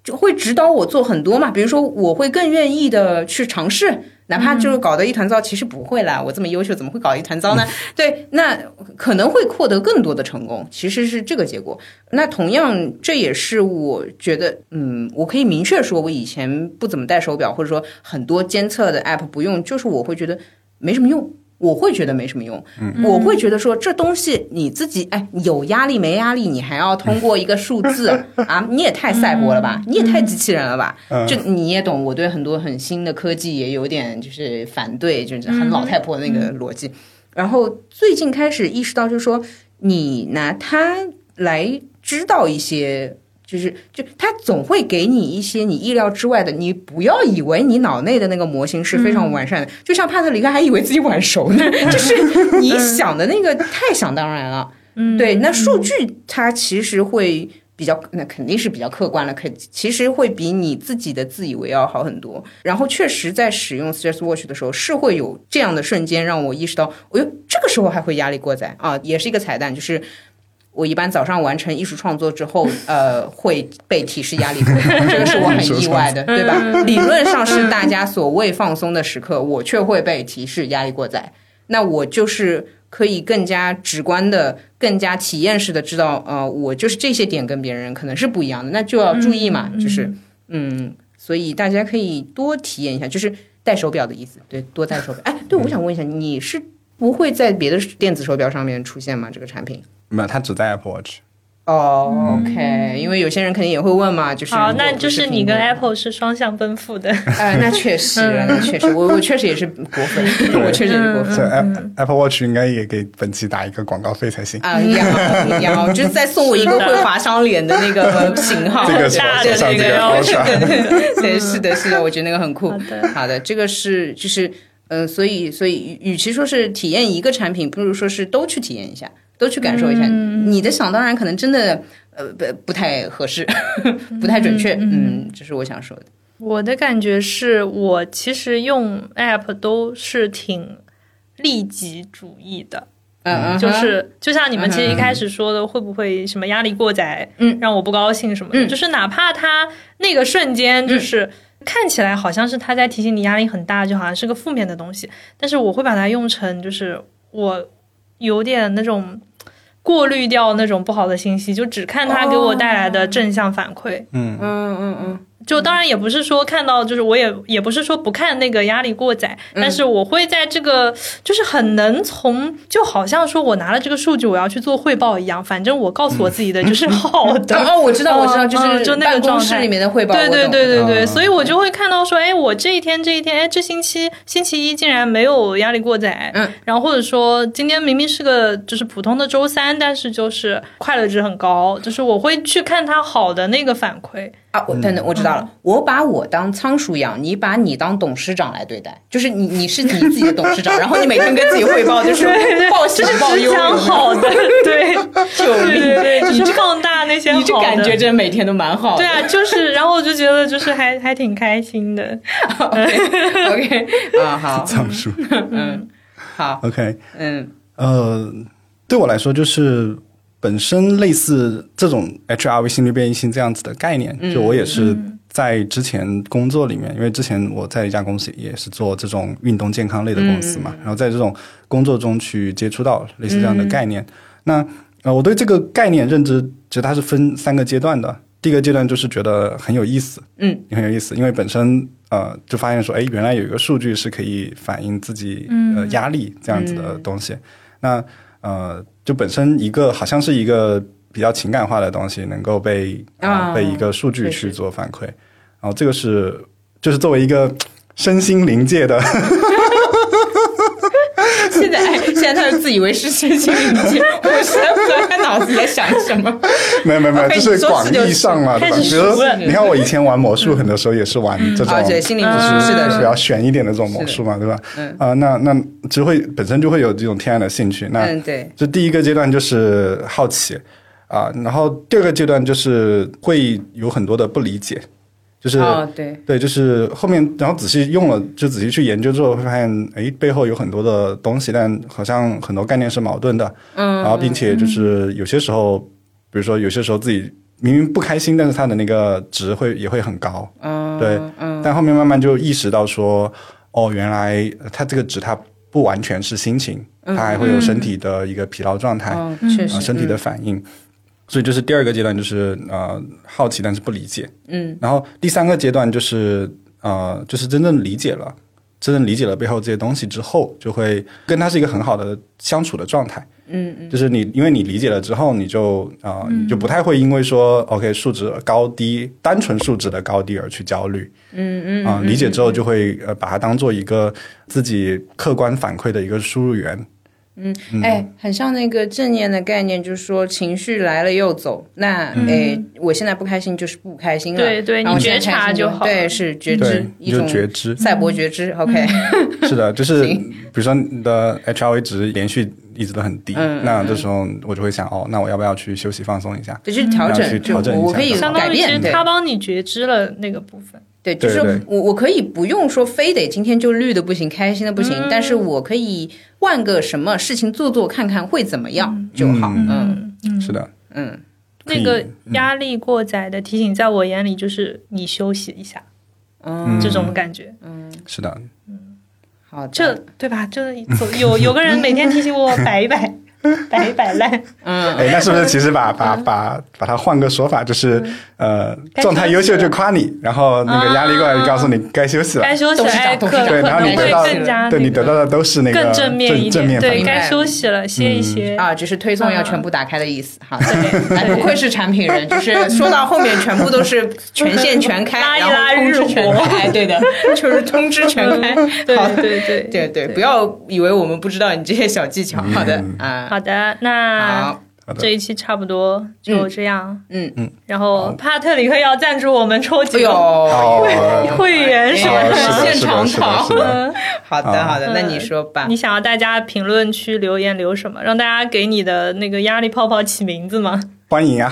C: 就会指导我做很多嘛，比如说我会更愿意的去尝试，哪怕就是搞得一团糟，其实不会啦，我这么优秀怎么会搞一团糟呢？对，那可能会获得更多的成功，其实是这个结果。那同样，这也是我觉得，嗯，我可以明确说，我以前不怎么戴手表，或者说很多监测的 app 不用，就是我会觉得没什么用。我会觉得没什么用，我会觉得说这东西你自己哎有压力没压力，你还要通过一个数字啊，你也太赛博了吧，你也太机器人了吧，就你也懂，我对很多很新的科技也有点就是反对，就是很老太婆那个逻辑。然后最近开始意识到，就是说你拿它来知道一些。就是，就它总会给你一些你意料之外的，你不要以为你脑内的那个模型是非常完善的，就像帕特里克还以为自己晚熟呢， 就是你想的那个太想当然了。
B: 嗯，
C: 对，那数据它其实会比较，那肯定是比较客观了，肯其实会比你自己的自以为要好很多。然后确实在使用 Stress Watch 的时候，是会有这样的瞬间让我意识到，哎呦，这个时候还会压力过载啊，也是一个彩蛋，就是。我一般早上完成艺术创作之后，呃，会被提示压力过载，这个是我很意外的，对吧？理论上是大家所谓放松的时刻，我却会被提示压力过载。那我就是可以更加直观的、更加体验式的知道，呃，我就是这些点跟别人可能是不一样的，那就要注意嘛，就是，嗯，所以大家可以多体验一下，就是戴手表的意思，对，多戴手表。哎，对，我想问一下，你是不会在别的电子手表上面出现吗？这个产品？
A: 没有，它只在 Apple Watch。
C: 哦、o k 因为有些人肯定也会问嘛，就是
B: 嗯好，
C: 如果
B: 那
C: 不
B: 就是
C: 苹
B: 你
C: 果
B: 跟 Apple 是双向奔赴的。
C: 哎，那确实，那确实，我我确实也是果 粉，我嗯确实也是
B: 嗯
C: 果粉。
A: 所以 Apple Apple Watch 应该也给本期打一个广告费才行。
C: 啊， 要要，就是再送我一个会划伤脸的那个型号，
A: 这个
C: 对
B: 大
C: 对
B: 的
C: 对对
B: 那个要
A: 上这
C: 对对，是的，是的，我觉得那个很酷
B: 好。的，
C: 好的，这个是就是呃，所以所以与与其说是体验一个产品，不如说是都去体验一下，都去感受一下。
B: 嗯
C: 你的想当然可能真的呃不不太合适， 不太准确，嗯，这是我想说的。
B: 我的感觉是我其实用 App 都是挺利己主义的。
C: 嗯嗯，
B: 就是就像你们其实一开始说的，会不会什么压力过载，
C: 嗯，
B: 让我不高兴什么的，
C: 嗯
B: 就是哪怕他那个瞬间就是。看起来好像是他在提醒你压力很大，就好像是个负面的东西，但是我会把它用成就是我有点那种过滤掉那种不好的信息，就只看它给我带来的正向反馈。
A: 嗯，
C: 嗯嗯嗯
B: 就当然也不是说看到，就是我也也不是说不看那个压力过载，
C: 嗯
B: 但是我会在这个就是很能从，就好像说我拿了这个数据，我要去做汇报一样。反正我告诉我自己的就是好 的。
C: 嗯，哦，我知道，我知道，
B: 嗯
C: 就是
B: 嗯就那个
C: 办公
B: 状
C: 室
B: 态
C: 里面的汇报，
B: 对
C: 我
B: 对
C: 懂
B: 对对对，
A: 嗯
B: 所以我就会看到说，哎，我这一天这一天，哎，这星期星期一竟然没有压力过载，
C: 嗯，
B: 然后或者说今天明明是个就是普通的周三，但是就是快乐值很高，就是我会去看它好的那个反馈，
C: 啊，我等等，我知道
B: 嗯
C: 了。我把我当仓鼠养，你把你当董事长来对待，就是你你是你自己的董 事长，然后你每天跟自己汇报，就是报喜
B: 这是
C: 报
B: 只
C: 忧，
B: 讲好的，对，
C: 救
B: 对
C: 命！
B: 对对，就是放大那些好
C: 你
B: 的。
C: 这感觉真的每天都蛮好的。
B: 对啊，就是，然后我就觉得就是还还挺开心的。
C: OK 啊，好，
A: 藏书。
C: 嗯，好，
A: OK，
C: 嗯
A: 呃，对我来说，就是本身类似这种 HRV 心率变异性这样子的概念，
C: 嗯
A: 就我也是在之前工作里面，因为之前我在一家公司也是做这种运动健康类的公司嘛，
C: 嗯
A: 然后在这种工作中去接触到类似这样的概念。那呃，我对这个概念认知，其实它是分三个阶段的。第一个阶段就是觉得很有意思，
C: 嗯，
A: 很有意思，因为本身呃就发现说，哎，原来有一个数据是可以反映自己、
C: 嗯
A: 呃压力这样子的东西。那呃，就本身一个好像是一个比较情感化的东西，能够被啊、
C: 啊
A: 被一个数据
C: 确
A: 去
C: 实
A: 做反馈，然后这个是就是作为一个身心灵界的
C: 现在哎现在他就自以为是身心灵界，我实在不知道他脑子里在想什么。
A: 没有没有没有，
C: OK，
A: 就
C: 你
A: 是
C: 说
A: 广
C: 是就
A: 义
C: 是
A: 上嘛，对吧？
B: 开始
A: 比如
B: 熟
A: 说
B: 了
A: 你看我以前玩魔术很多时候也是玩这种，
C: 啊，对，嗯心灵不
B: 嗯
C: 是是的，
A: 就是是比
C: 的，
A: 较悬一点的这种魔术嘛，对吧？
C: 嗯
A: 啊、那那就会本身就会有这种天然的兴趣。那
C: 嗯，对，
A: 这第一个阶段就是好奇啊、然后第二个阶段就是会有很多的不理解，就是、
C: 哦，对，
A: 对，就是后面然后仔细用了，就仔细去研究之后，会发现哎，背后有很多的东西，但好像很多概念是矛盾的。嗯，然后并且就是有些时候，比如说有些时候自己明明不开心，但是它的那个值会也会很高。
C: 嗯，
A: 对，
C: 嗯，
A: 但后面慢慢就意识到说，哦，原来它这个值它不完全是心情，它还会有身体的一个疲劳状
B: 哎
A: 态。
C: 嗯哦，确
A: 啊，
C: 实，
A: 身体的反应。所以就是第二个阶段就是呃好奇，但是不理解。嗯，然后第三个阶段就是呃就是真正理解了，真正理解了背后这些东西之后，就会跟它是一个很好的相处的状态。嗯嗯，就是你因为你理解了之后，你就啊、呃你就不太会因为说 OK 数值高低，单纯数值的高低而去焦虑。嗯嗯，啊、理解之后就会呃把它当做一个自己客观反馈的一个输入源。嗯
C: 哎，很像那个正念的概念，就是说情绪来了又走。那
A: 嗯
C: 哎，我现在不开心就是不开心了。
B: 对对
C: 然后
B: 你
C: 现在
B: 觉察
C: 开心
B: 就好
C: 对，是觉
A: 对
C: 知，一
A: 你就
C: 种
A: 觉知。嗯
C: 赛博觉知。OK，
A: 是的，就是
C: 行
A: 比如说你的 HRV 值连续一直都很低，
C: 嗯嗯
A: 那这时候我就会想，哦，那我要不要去休息放松一下？
C: 就去调
A: 要去
C: 整，就
A: 调整一
C: 我
A: 下
C: 可以
A: 这样
B: 相当
C: 改
B: 于其
C: 变，
B: 实
C: 对
B: 他帮你觉知了那个部分。
C: 对，
A: 对
C: 就是
A: 对
C: 我我可以不用说非得今天就绿的不行，开心的不行，
B: 嗯
C: 但是我可以换个什么事情做做看看会怎么样就好，嗯
B: 嗯
A: 是的，
C: 嗯，
A: 可以嗯
B: 那个压力过载的提醒，在我眼里就是你休息一下、
C: 嗯
B: 这种感觉，
A: 是的，
B: 嗯
C: 好的，
B: 这对吧？这有有个人 每天提醒我摆一摆，摆一摆烂，
C: 嗯，
A: 哎，那是不是其实把把把把它换个说法，就是呃，
B: 嗯该
A: 状态优秀就夸你，然后那个压力过来就告诉你该休息了，
B: 该休息了，
C: 董事长
B: 哎，可
C: 董事长
A: 对，
B: 可
A: 然后
B: 能
A: 你得
B: 会
A: 到
B: 更加
A: 对你得到的都是那个
B: 更正面一
A: 正
B: 点，
A: 面反
B: 对
A: 应嗯
B: 该休息了，歇一歇。
C: 啊，只是推送要
B: 嗯
C: 全部打开的意思。好的，哎，不愧是产品 人，就是说到后面全部都是权限全开，
B: 拉一
C: 然后
B: 拉
C: 通
B: 日
C: 知全
B: 活
C: 开，对 的，就是通知全开。
B: 嗯 对
C: 好的
B: 对对
C: 对对，不要以为我们不知道你这些小技巧。好的
A: 嗯
C: 啊，
B: 好的，那
C: 好，哎
A: 好的
B: 这一期差不多就这样。
C: 嗯
A: 嗯，
B: 然后帕特里克要赞助我们抽
C: 哎
B: 几
C: 呦，
B: 个
A: 哦
B: 会员什么
A: 哦
B: 的。
A: 是的，
C: 现
A: 是
C: 场
A: 的，是的，
C: 考
A: 是的，
C: 好的好的，那你说吧
B: 嗯你。想要大家评论区留言留什么？让大家给你的那个压力泡泡起名字吗？
A: 欢迎啊！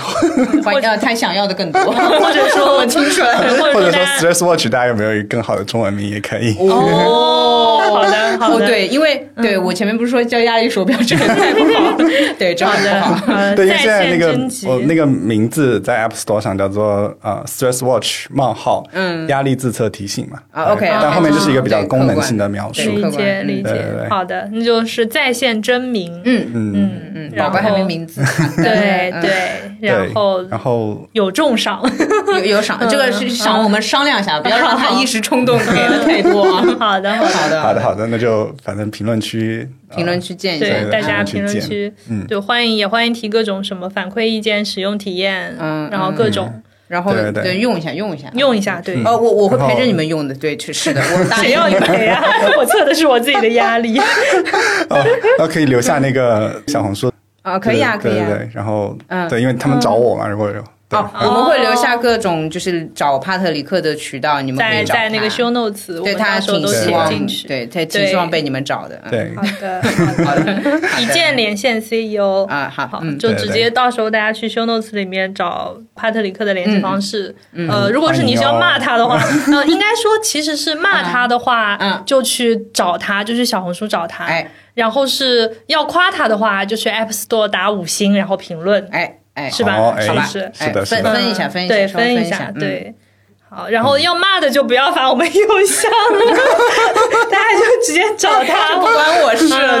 C: 欢迎，呃他想要的更多， 哦
B: 或者说
C: 我听出 来了。
B: 或
A: 或者说
B: 者说大家
A: Stress Watch，大家有没有一个更好的中文名也可以？
B: 哦，好的好
C: 哦，
B: 的，嗯
C: 对，因为对我前面不是说叫压力手表这个太不好， 对，这个
B: 好
C: 不好。
B: 的，呃
A: 对，因为
B: 在
A: 现在那
B: 线
A: 个哦
B: 征集
A: 我那个名字在 App Store 上叫做呃 Stress Watch 冒号嗯压力自测提醒嘛。
C: 啊，OK，
A: 但后面就是一个比较
C: 对
A: 功
C: 客
A: 能
C: 观
A: 性的描述
C: 对。
B: 理
C: 客
B: 解
C: 观
B: 理
A: 对
B: 解
A: 对，对
B: 好的，那就是在线征名，
C: 嗯
B: 嗯嗯
C: 嗯，宝宝还没，名字，
B: 对
C: 嗯
B: 对，
A: 对
B: 然后
A: 然后
B: 有重赏，
C: 有有赏，
B: 嗯
C: 这个是赏，我们商量一下，不要让他一时冲动给的太多啊。
B: 好 的好的。
C: 好的，
A: 好的，好的，那就反正评论区呃
C: 评论区见一
A: 对
C: 下
B: 对，
A: 对
B: 大家
A: 评
B: 评
A: 论
B: 论
A: 区
B: 区
A: 嗯，
B: 对，欢迎也欢迎提各种什么反馈意见、使用体验，
C: 嗯
B: 然后各种
C: 然后
A: 对对对
C: 对用一下，用一下，
B: 用一下，对。
C: 哦，我我会
A: 然后
C: 陪着你们用的，对，是是的，我答
B: 谁
C: 应
B: 要你陪 啊？我测的是我自己的压力。
A: 哦，然后可以留下那 个小红书。
B: 哦
C: 啊，可以啊，可
A: 对
C: 以
A: 对
C: 啊。
A: 对，然后
C: 嗯
A: 对，因为他们找我嘛，如果有对
C: 哦，我们会留下各种就是找帕特里克的渠道，你们可
B: 在
C: 以找
B: 在那个
C: 他
B: show notes，我
C: 对
B: 们
C: 他
B: 到时候
C: 挺
B: 都
C: 希
B: 写
C: 望
B: 进去。
C: 对他挺
B: 对
C: 希望被你们找的。嗯，
A: 对
B: 好的，好的， 一键连线 CEO
C: 啊好
B: 好，
C: 嗯
B: 就
A: 对
B: 直
A: 对
B: 接到时候大家去 show notes 里面找帕特里克的联系方式。呃，
A: 嗯
B: 如果是你是要
A: 欢迎哦
B: 骂他的话， 呃，应该说其实是骂他的话
C: 哎嗯，
B: 就去找他，就去小红书找他。
C: 哎
B: 然后是要夸他的话，就去 App Store 打五星，然后评论，
C: 哎哎，
B: 是吧
A: 哦哎
B: 是
C: 好
B: 不
C: 吧，
B: 是？
A: 是的
C: 哎
A: 是的
C: 分分一下，
B: 嗯
C: 分一下，
B: 对，
C: 稍微
B: 分
C: 分
B: 一下，
C: 嗯
B: 对。好，然后要骂的就不要发我们邮 箱了，大家就直接找他。
C: 不关我事了，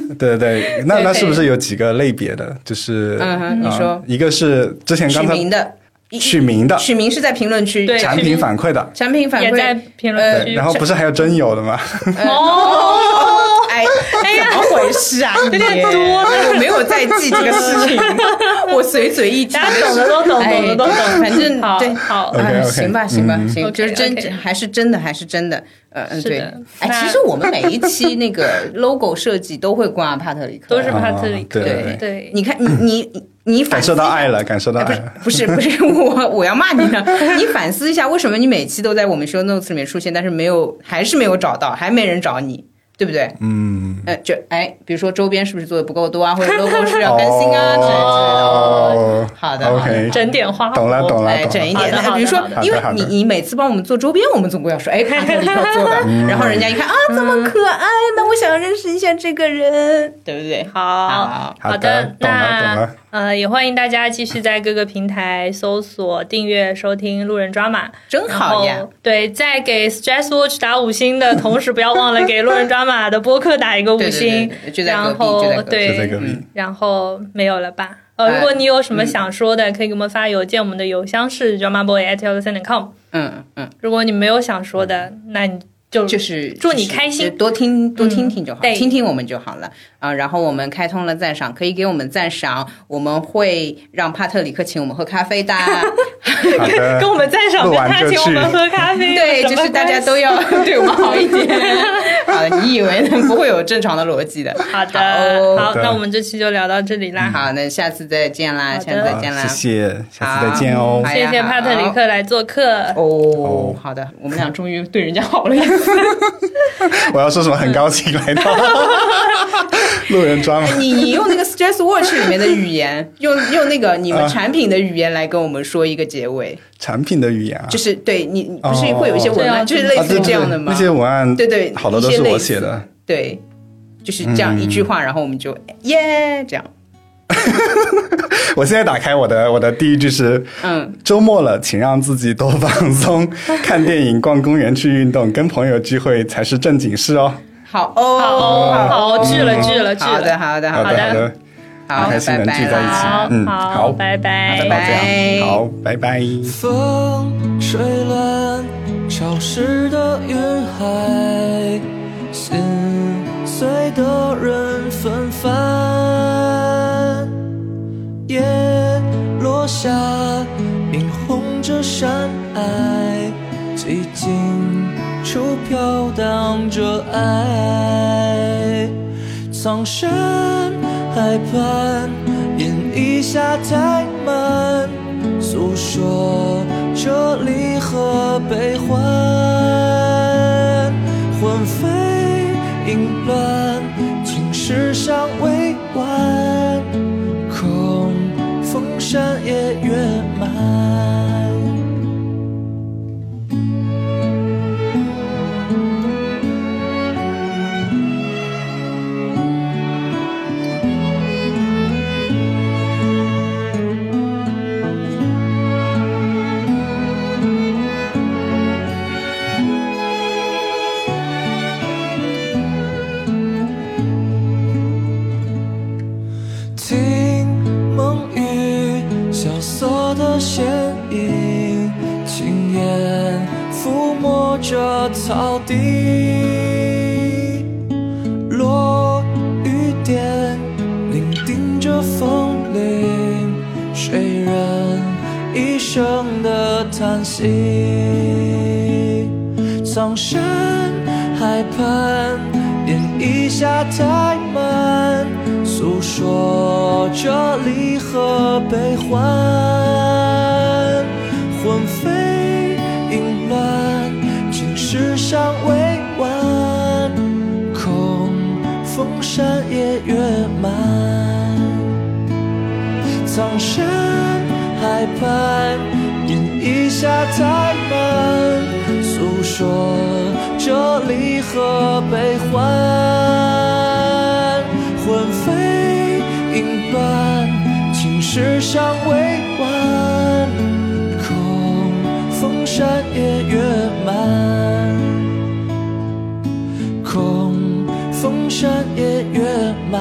C: 不起。
A: 对对对，那
C: 嗯对
A: 那
C: 可以
A: 是不是有几个类别的？就是
C: 嗯哼你
A: 呃
C: 说
A: 一个是之前
C: 取
A: 刚才
C: 名的，一
A: 取名的
C: 取名是在评论区，
B: 对
A: 产
B: 取
A: 品
B: 名
A: 反馈的，
C: 产品反
B: 也在
C: 馈。
B: 评论
A: 对，
B: 区。
A: 然后不是还有真有的吗？
C: 呃
B: 哦，
C: 哎，
B: 哎呀，
C: 怎么回事啊？有
B: 点多
C: 我没有在记这个事情， 我随嘴一提
B: 大。家懂的都懂，
C: 哎
B: 懂的都懂，
C: 反正
B: 好
C: 对
B: 好。
A: OK，
C: 哎
A: OK 嗯
C: 行吧，行吧，行，
B: OK，
C: 就是真
B: OK
C: 还是真的，还是真的，呃嗯，
B: 是
C: 对
B: 的。
C: 哎，
B: 那
C: 其实我们每一期那个 logo 设计都会挂帕特里克，
B: 都是帕特里克，
A: 啊对
C: 对
B: 对，
C: 你看你你你
A: 感
C: 反思
A: 受
C: 一下
A: 到爱了，感受到
C: 哎
A: 爱了。
C: 不 是不是不是，我我要骂你呢。 你反思一下，为什么你每期都在我们 show notes 里面出现，但是没有，还是没有找到，还没人找你，对不对？
A: 嗯，
C: 呃，就哎，比如说周边是不是做的不够多啊，或者 logo 是不是要更新啊之类之类的。
A: 哦
C: 好的好的
A: ，OK，
B: 整点花
A: 懂了懂了
C: 来整一点，
B: 好的
C: 那比如说
B: 好的
A: 好，的
C: 因为
A: 好的
C: 你你每次帮我们做周边，我们总归要说，哎，帕 特里克做的，然后人家一看啊，这么可爱，那我想认识一下这个人，嗯对不对？
B: 好
C: 好
A: 好的
B: 的，
A: 懂了懂
B: 那
A: 了
B: 呃，也欢迎大家继续在各个平台搜索、订阅、收听《路人抓马》，
C: 真好呀！！
B: 对，在给 Stress Watch 打五星的同时，不要忘了给《路人抓马》的播客打一个五
C: 对对
B: 星
C: 对，对就在隔
B: 然
C: 壁，就在
B: 后
C: 隔壁。
A: 就在隔
B: 对，
A: 壁。
B: 然后没有了吧？呃，
C: 哎
B: 如果你有什么想说的，可以给我们发邮件，我们的邮箱是 drama boy at 1 6 3 com。
C: 嗯嗯，
B: 如果你没有想说的，那你就
C: 就是
B: 祝你开心嗯
C: 就是多听多听听就好，
B: 对
C: 听听我们就好了啊。然后我们开通了赞赏，可以给我们赞赏，我们会让帕特里克请我们喝咖啡的。
A: 好的，
B: 跟我们赞赏，
A: 录
B: 跟
A: 完
B: 他
A: 就
B: 请我
A: 去
B: 们喝咖啡，
C: 对，
B: 有什
C: 就
B: 么
C: 是大家
B: 关系
C: 都要 对我们好一点。 好，你以为呢不会有正常的逻辑的？
B: 好的，
C: 好哦嗯
B: 好，
A: 的
B: 那我们这期就聊到这里啦。
C: 好，那下次再见啦，
B: 好的
C: 下次再见啦
A: 好，谢。谢，下次再见哦
C: 好。
B: 谢谢帕特里克来做客，
C: 哦，好的，我们俩终于 对人家好了一次。
A: 我要说什么很高兴来到，路人啊抓嘛。
C: 你你用那个 Stress Watch 里面的语言，用用那个你
A: 啊
C: 们产品的语言来跟我们说一个结尾，
A: 产品的语言啊，
C: 就是对你你不是
A: 哦
C: 会有一些文
B: 对啊
C: 案，就是类
A: 啊
C: 似
A: 对
C: 于
A: 对
C: 这样的
A: 对
C: 吗？
A: 那些文案，
C: 对对
A: 好多都
C: 一些
A: 是
C: 类
A: 我
C: 似
A: 写的。
C: 对，就是这样一句话，然后我们就哎耶这样，
A: 我现在打开我的我的第一句是：
C: 嗯，
A: 周末了，请让自己多放松，看电影、逛公园、去运动，跟朋友聚会才是正经事哦。
C: 好哦，
B: 好哦好哦
C: 哦
B: 治了治了治
C: 好的
B: 了
C: 好的
A: 好
C: 的
A: 的，好的，
C: 好，
A: 很开心
C: 拜
A: 能
C: 拜
A: 聚在一起
C: 啦
B: 好
A: 嗯
B: 好，
A: 好
B: 拜拜，
A: 那就到这样，好，拜拜。
D: 风吹乱潮湿的云海，心碎的人纷繁。叶落下，映红着山隘，寂静处飘荡着爱。苍山海畔，烟一下太满，诉说着离合悲欢，魂飞影乱，情世上未完，空风山也月满。听梦雨萧瑟的倩影，轻烟抚摸着草地，落雨点聆听着风铃，谁人一生的叹息？苍山海畔，烟一下太满，诉说着离合悲欢，魂飞影乱，情世尚未完，空风山也月满。苍山海畔，饮一下太满，诉说着离合悲欢，魂飞影乱，情事尚未完，空风山也月满，空风山也月满。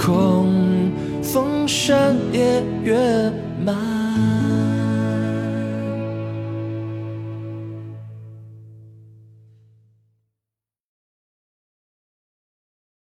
D: 空，风山也月满。